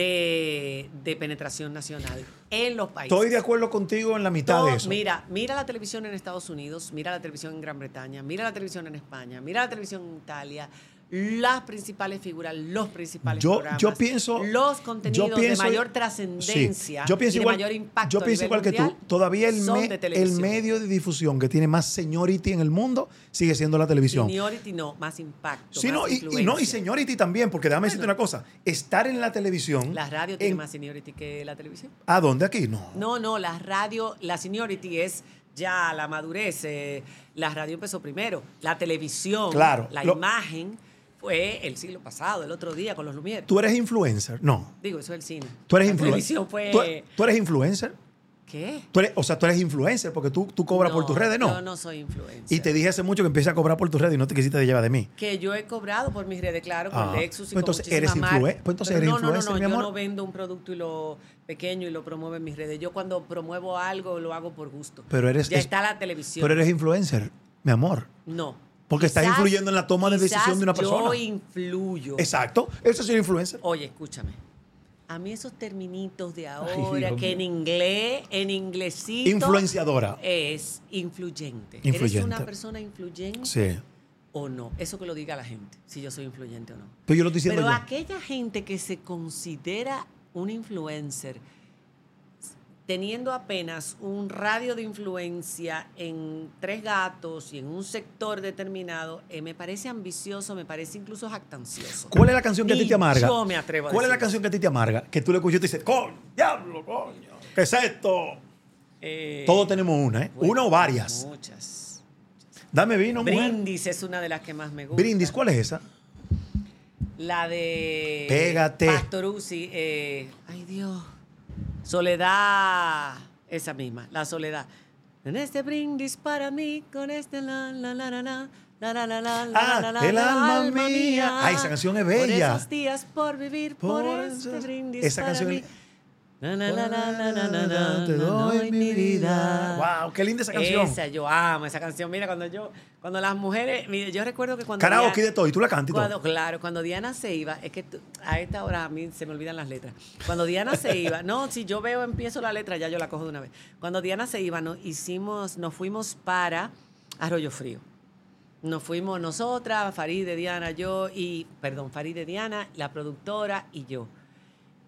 de, de penetración nacional, en los países.
Estoy de acuerdo contigo en la mitad
Todo-
de eso.
Mira, mira la televisión en Estados Unidos, mira la televisión en Gran Bretaña, mira la televisión en España, mira la televisión en Italia. Las principales figuras, los principales
Yo,
programas,
yo pienso.
los
yo
contenidos
pienso-
de mayor
sí,
trascendencia,
yo pienso
y de
igual-
mayor impacto.
Yo
a
pienso
nivel
igual que tú.
mundial
Todavía el,
son
me-
de
el
televisión.
medio de difusión que tiene más seniority en el mundo sigue siendo la televisión.
Seniority no, más impacto.
Sí,
más
no, y, y no,
influencia.
y seniority también, porque déjame decirte
Bueno.
una cosa. Estar en la televisión.
La radio tiene
en-
más seniority que la televisión.
¿A dónde aquí? No.
No, no, la radio, la seniority es ya la madurez. eh, la radio empezó primero. La televisión,
Claro,
la
lo-
imagen fue el siglo pasado, el otro día con los Lumière.
Tú eres influencer. No.
Digo, eso es el cine.
Tú eres
La
influencer.
televisión fue...
Tú, e-? tú eres influencer.
¿Qué?
Tú eres- o sea, tú eres influencer porque tú, tú cobras por tus redes, ¿no?
Yo no soy influencer.
Y te dije hace mucho que empiezas a cobrar por tus redes y no te quisiste llevar de mí.
Que yo he cobrado por mis redes, claro, con
Ah,
Lexus
pues
y con
entonces
muchísimas
eres
marcas.
influen- pues entonces
Pero
eres
no, no,
influencer,
no,
mi
no,
amor.
yo no vendo un producto y lo pequeño y lo promuevo en mis redes. Yo cuando promuevo algo lo hago por gusto.
Pero eres-
ya
es-
está la televisión.
Pero eres influencer, mi amor.
No.
Porque está
Quizás-
influyendo en la toma de
quizás
decisión de una persona.
Yo influyo.
Exacto. Eso es ser influencer.
Oye, escúchame. A mí esos terminitos de ahora,
Dios
que en inglés, en inglesito.
Influenciadora.
Es influyente. ¿Eres
Influyente.
una persona influyente
Sí.
o no? Eso que lo diga la gente, si yo soy influyente o no.
Pero yo lo estoy diciendo
Pero
yo.
aquella gente que se considera un influencer, teniendo apenas un radio de influencia en tres gatos y en un sector determinado, eh, me parece ambicioso, me parece incluso jactancioso.
¿Cuál es la canción que a ti
Y
te amarga?
yo me atrevo a
¿Cuál es la
decirlo.
canción que a ti te amarga? Que tú le escuchas y te dices, coño, diablo, coño. ¿Qué es esto?
Eh,
Todos tenemos una, ¿eh?
bueno,
una o varias.
Muchas.
Dame vino, mujer.
Brindis es una de las que más me gusta.
Brindis, ¿cuál es esa?
La de.
Pégate.
Pastoruzzi. eh, ay, Dios. Soledad. Esa misma, la soledad. En este brindis para mí, con este la la la la la. La, la, la, la, la,
Ah,
la, la,
el
la,
alma mía. Ay, esa canción es
Por
bella.
esos días, por vivir, por,
Por
este
esos-
brindis
esa
para
canción-
mí. Na, na, na, na, na, na, na, na,
Te
na,
doy mi vida. Wow, qué linda esa canción.
Esa, yo amo esa canción. Mira, cuando yo, cuando las mujeres, mire, yo recuerdo que cuando.
Karaoke
Diana-
de todo. Y tú la cantas y
cuando,
todo.
claro, cuando Diana se iba, es que tú- a esta hora a mí se me olvidan las letras. Cuando Diana se iba, no, si yo veo, empiezo la letra, ya yo la cojo de una vez. Cuando Diana se iba, nos hicimos, nos fuimos para Arroyo Frío. Nos fuimos nosotras, Farid de Diana, yo y, perdón, Farid de Diana, la productora y yo.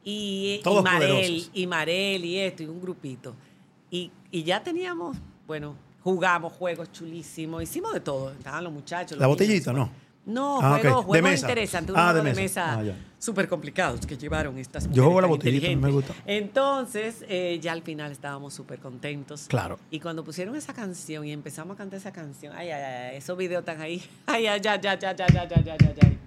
Y, y
Todos
Marel,
poderosos.
y Marel, y esto, y un grupito. Y, y ya teníamos, bueno, jugamos juegos chulísimos, hicimos de todo. Estaban los muchachos. los
La
niños,
botellita, ¿no?
no,
Ah,
juegos,
ok. De
juegos
mesa.
interesantes,
Ah,
unos
de
juegos de
mesa.
mesa,
Ah, ya.
súper complicados que llevaron estas mujeres
Yo juego la
tan
botellita, a mí me
inteligentes.
gusta.
Entonces, eh, ya al final estábamos súper contentos.
Claro.
Y cuando pusieron esa canción y empezamos a cantar esa canción, ay, ay, ay, esos videos están ahí, ay, ay, ay, ay, ay, ay, ay, ay, ay, ay.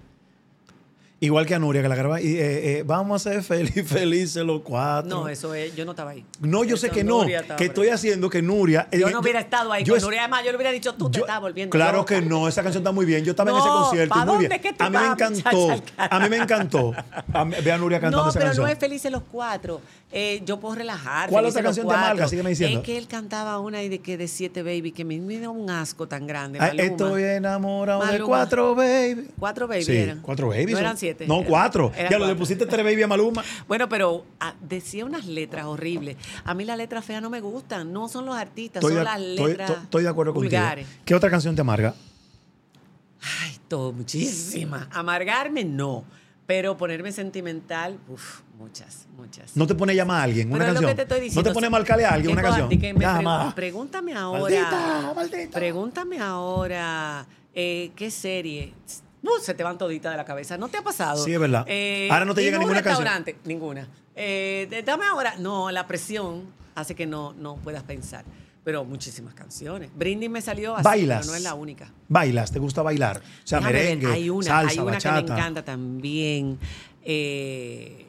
Igual que a Nuria, que la graba. Y, eh, eh, vamos a ser feliz, felices los cuatro.
No, eso es, yo no estaba ahí.
No, yo
Eso
sé que no.
Nuria estaba
Que
por
estoy
ahí.
haciendo que Nuria. eh,
Yo no hubiera estado ahí.
yo
Con
es-
Nuria, además, yo le hubiera dicho, tú te
yo-
estás volviendo.
Claro
loca.
que no, esa canción está muy bien. Yo estaba en
No,
ese concierto. y
¿pa'
Muy bien.
dónde es que tú
a mí me
vas,
encantó.
muchacha, al
A mí me encantó. A mí- ve a Nuria cantando
no,
esa
pero
canción.
no es Felices los Cuatro. Eh, yo puedo relajar.
¿Cuál
Felices
otra
los
canción te
Cuatro.
amarga? Sígueme diciendo.
Es que él cantaba una y de que de siete baby que me, me dio un asco tan grande.
Ah,
Maluma.
Estoy enamorado de
Maluma.
cuatro baby.
Cuatro baby
Sí,
eran.
cuatro babies.
Pues, No
son-
eran siete.
No,
Eran-
cuatro.
eran
ya lo le
cuatro.
pusiste tres baby a Maluma.
Bueno, pero ah, decía unas letras horribles. A mí las letras feas no me gustan. No son los artistas,
Estoy
son
de,
las
estoy-
letras
to- estoy de acuerdo contigo.
vulgares.
¿Qué otra canción te amarga?
Ay, todo, muchísimas. Amargarme, no. Pero ponerme sentimental, uff, muchas, muchas.
No te pone a llamar a alguien, una
Pero es
canción.
lo que te estoy diciendo.
no te pone a marcarle a alguien,
Que
una
co-
canción.
di que me pre-
Llama.
pregúntame ahora.
Maldita, maldita.
Pregúntame ahora. eh, ¿Qué serie? No, se te van toditas de la cabeza. ¿No te ha pasado? Eh,
Sí, es verdad. Ahora no te llega
ningún
ninguna canción.
restaurante, Ninguna. Eh, de- dame ahora. No, la presión hace que no, no puedas pensar. Pero muchísimas canciones. Brindis me salió así,
Bailas.
pero no es la única.
Bailas, te gusta bailar. O sea,
Déjame ver,
merengue,
Ah, hay una,
salsa,
hay una
bachata.
que me encanta también. Eh,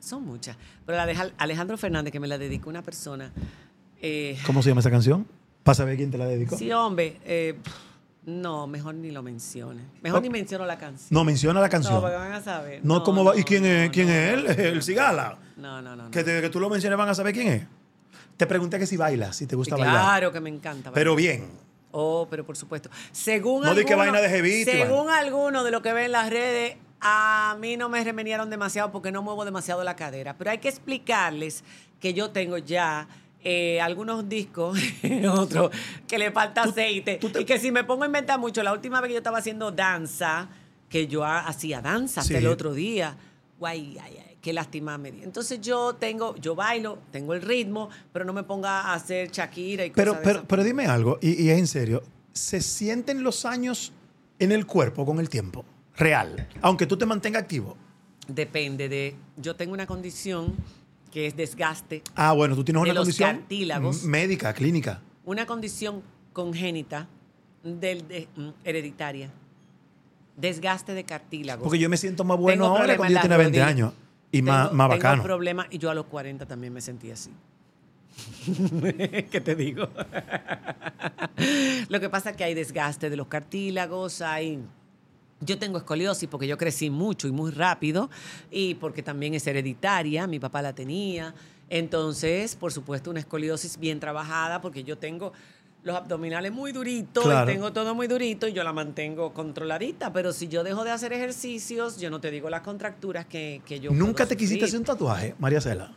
son muchas. Pero la de Al- Alejandro Fernández, que me la dedicó una persona. eh,
¿Cómo se llama esa canción? Para saber quién te la dedicó.
sí, hombre. eh, pff, no, mejor ni lo mencione. Mejor
Ok.
ni menciono la canción.
No, menciona la canción.
No,
No,
porque van a saber.
¿cómo va? ¿Y
no,
quién es,
no,
quién
no,
es él?
no,
El
no.
cigala.
No, no, no. no.
Que, te- que tú lo menciones van a saber quién es. Te pregunté que si bailas, si te gusta bailar.
claro que me encanta. bailar.
Pero bien.
Oh, pero por supuesto. Según
No di que
algunos-
vaina de jevita,
Según algunos de lo que ven en las redes, a mí no me remenieron demasiado porque no muevo demasiado la cadera. Pero hay que explicarles que yo tengo ya eh, algunos discos, otros, que le falta aceite.
tú te-
Y que si me pongo a inventar mucho, la última vez que yo estaba haciendo danza, que yo ha- hacía danza hasta
Sí.
el otro día, guay, ay, ay, qué lástima me di. Entonces yo tengo, yo bailo, tengo el ritmo, pero no me ponga a hacer Shakira y
Pero,
cosas de
pero,
esas.
pero dime algo, y, y es en serio. ¿Se sienten los años en el cuerpo con el tiempo? Real. Aunque tú te mantengas activo.
Depende de. Yo tengo una condición que es desgaste,
Ah, bueno, tú tienes
De
una
los
condición
cartílagos.
m- médica, clínica.
una condición congénita del de- mm, hereditaria, desgaste de cartílagos.
Porque yo me siento más bueno
Tengo
ahora
problema
cuando yo
en
tenía
las
20
rodillas.
años. Y más,
Tengo-
más
Tengo
bacano.
problemas y yo a los 40 también me sentí así. ¿Qué te digo? Lo que pasa es que hay desgaste de los cartílagos, hay... Yo tengo escoliosis porque yo crecí mucho y muy rápido y porque también es hereditaria, mi papá la tenía. Entonces, por supuesto, una escoliosis bien trabajada porque yo tengo los abdominales muy duritos
Claro.
y tengo todo muy durito y yo la mantengo controladita. Pero si yo dejo de hacer ejercicios, yo no te digo las contracturas que, que yo.
Nunca
puedo
te quisiste hacer
sufrir.
un tatuaje, María Cela.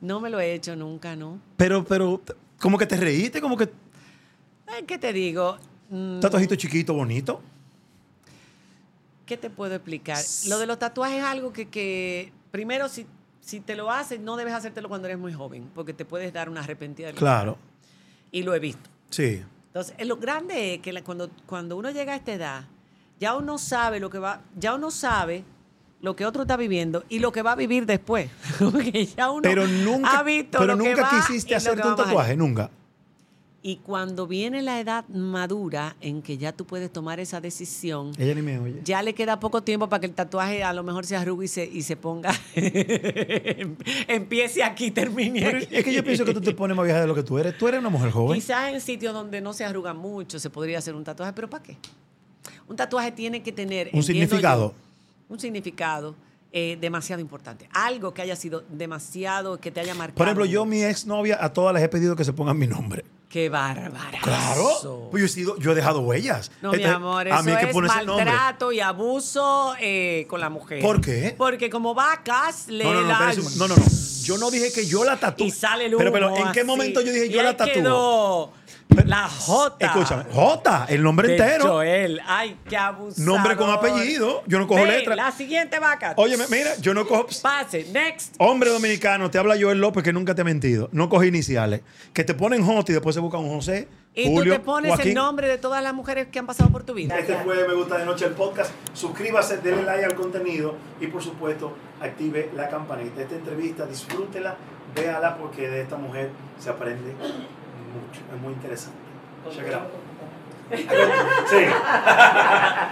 No me lo he hecho nunca, ¿no?
Pero, pero, como que te reíste, como que
Mm. Ay, ¿Qué te digo? Mm,
tatuajito chiquito, bonito.
¿Qué te puedo explicar? Lo de los tatuajes es algo que, que primero, si, si te lo haces, no debes hacértelo cuando eres muy joven, porque te puedes dar una arrepentida. del-
Claro,
Y lo he visto.
sí.
Entonces, eh, lo grande es que la- cuando, cuando uno llega a esta edad, ya uno sabe lo que va, ya uno sabe lo que otro está viviendo y lo que va a vivir después. Porque ya uno
Pero nunca,
ha visto
pero
lo que
nunca
va y
quisiste
lo que
hacerte
va
un
a bajar.
tatuaje, nunca.
Y cuando viene la edad madura en que ya tú puedes tomar esa decisión,
Ella ni me oye.
ya le queda poco tiempo para que el tatuaje a lo mejor se arrugue y se, y se ponga. Empiece aquí, termine
Pero
aquí.
es que yo pienso que tú te pones más vieja de lo que tú eres. Tú eres una mujer joven.
Quizás en sitios donde no se arruga mucho se podría hacer un tatuaje, pero ¿para qué? Un tatuaje tiene que tener.
Un
entiendo
significado.
yo, un significado eh, demasiado importante. Algo que haya sido demasiado, que te haya marcado.
Por ejemplo, yo, mi exnovia, a todas les he pedido que se pongan mi nombre.
¡Qué bárbara!
Claro. Pues yo he, sido, yo he dejado huellas.
No, mi
Entonces,
amor,
a
eso
mí hay que
es
ponerse el nombre.
maltrato y abuso eh, con la mujer.
¿Por qué?
Porque como vacas le
No, no, no,
da-
espérese un- no, no, no. Yo no dije que yo la tatúe.
Y sale el humo
Pero, pero, ¿en qué
así.
momento yo dije
Y
yo
ahí
la tatúo?
quedó
Pero-
la J.
Escúchame, J, el nombre
de
entero.
Joel. Ay, qué abuso.
Nombre con apellido. Yo no cojo letra.
La siguiente vaca.
Oye, mira, yo no cojo.
Pase, next.
Hombre dominicano, te habla Joel López que nunca te ha mentido. No coge iniciales. Que te ponen J y después se busca un José.
Y
Julio,
tú te pones
Joaquín.
el nombre de todas las mujeres que han pasado por tu vida.
Este fue Me Gusta de Noche el podcast. Suscríbase, denle like al contenido y por supuesto active la campanita. Esta entrevista disfrútela, véala porque de esta mujer se aprende mucho. Es muy interesante. Check it out. Sí.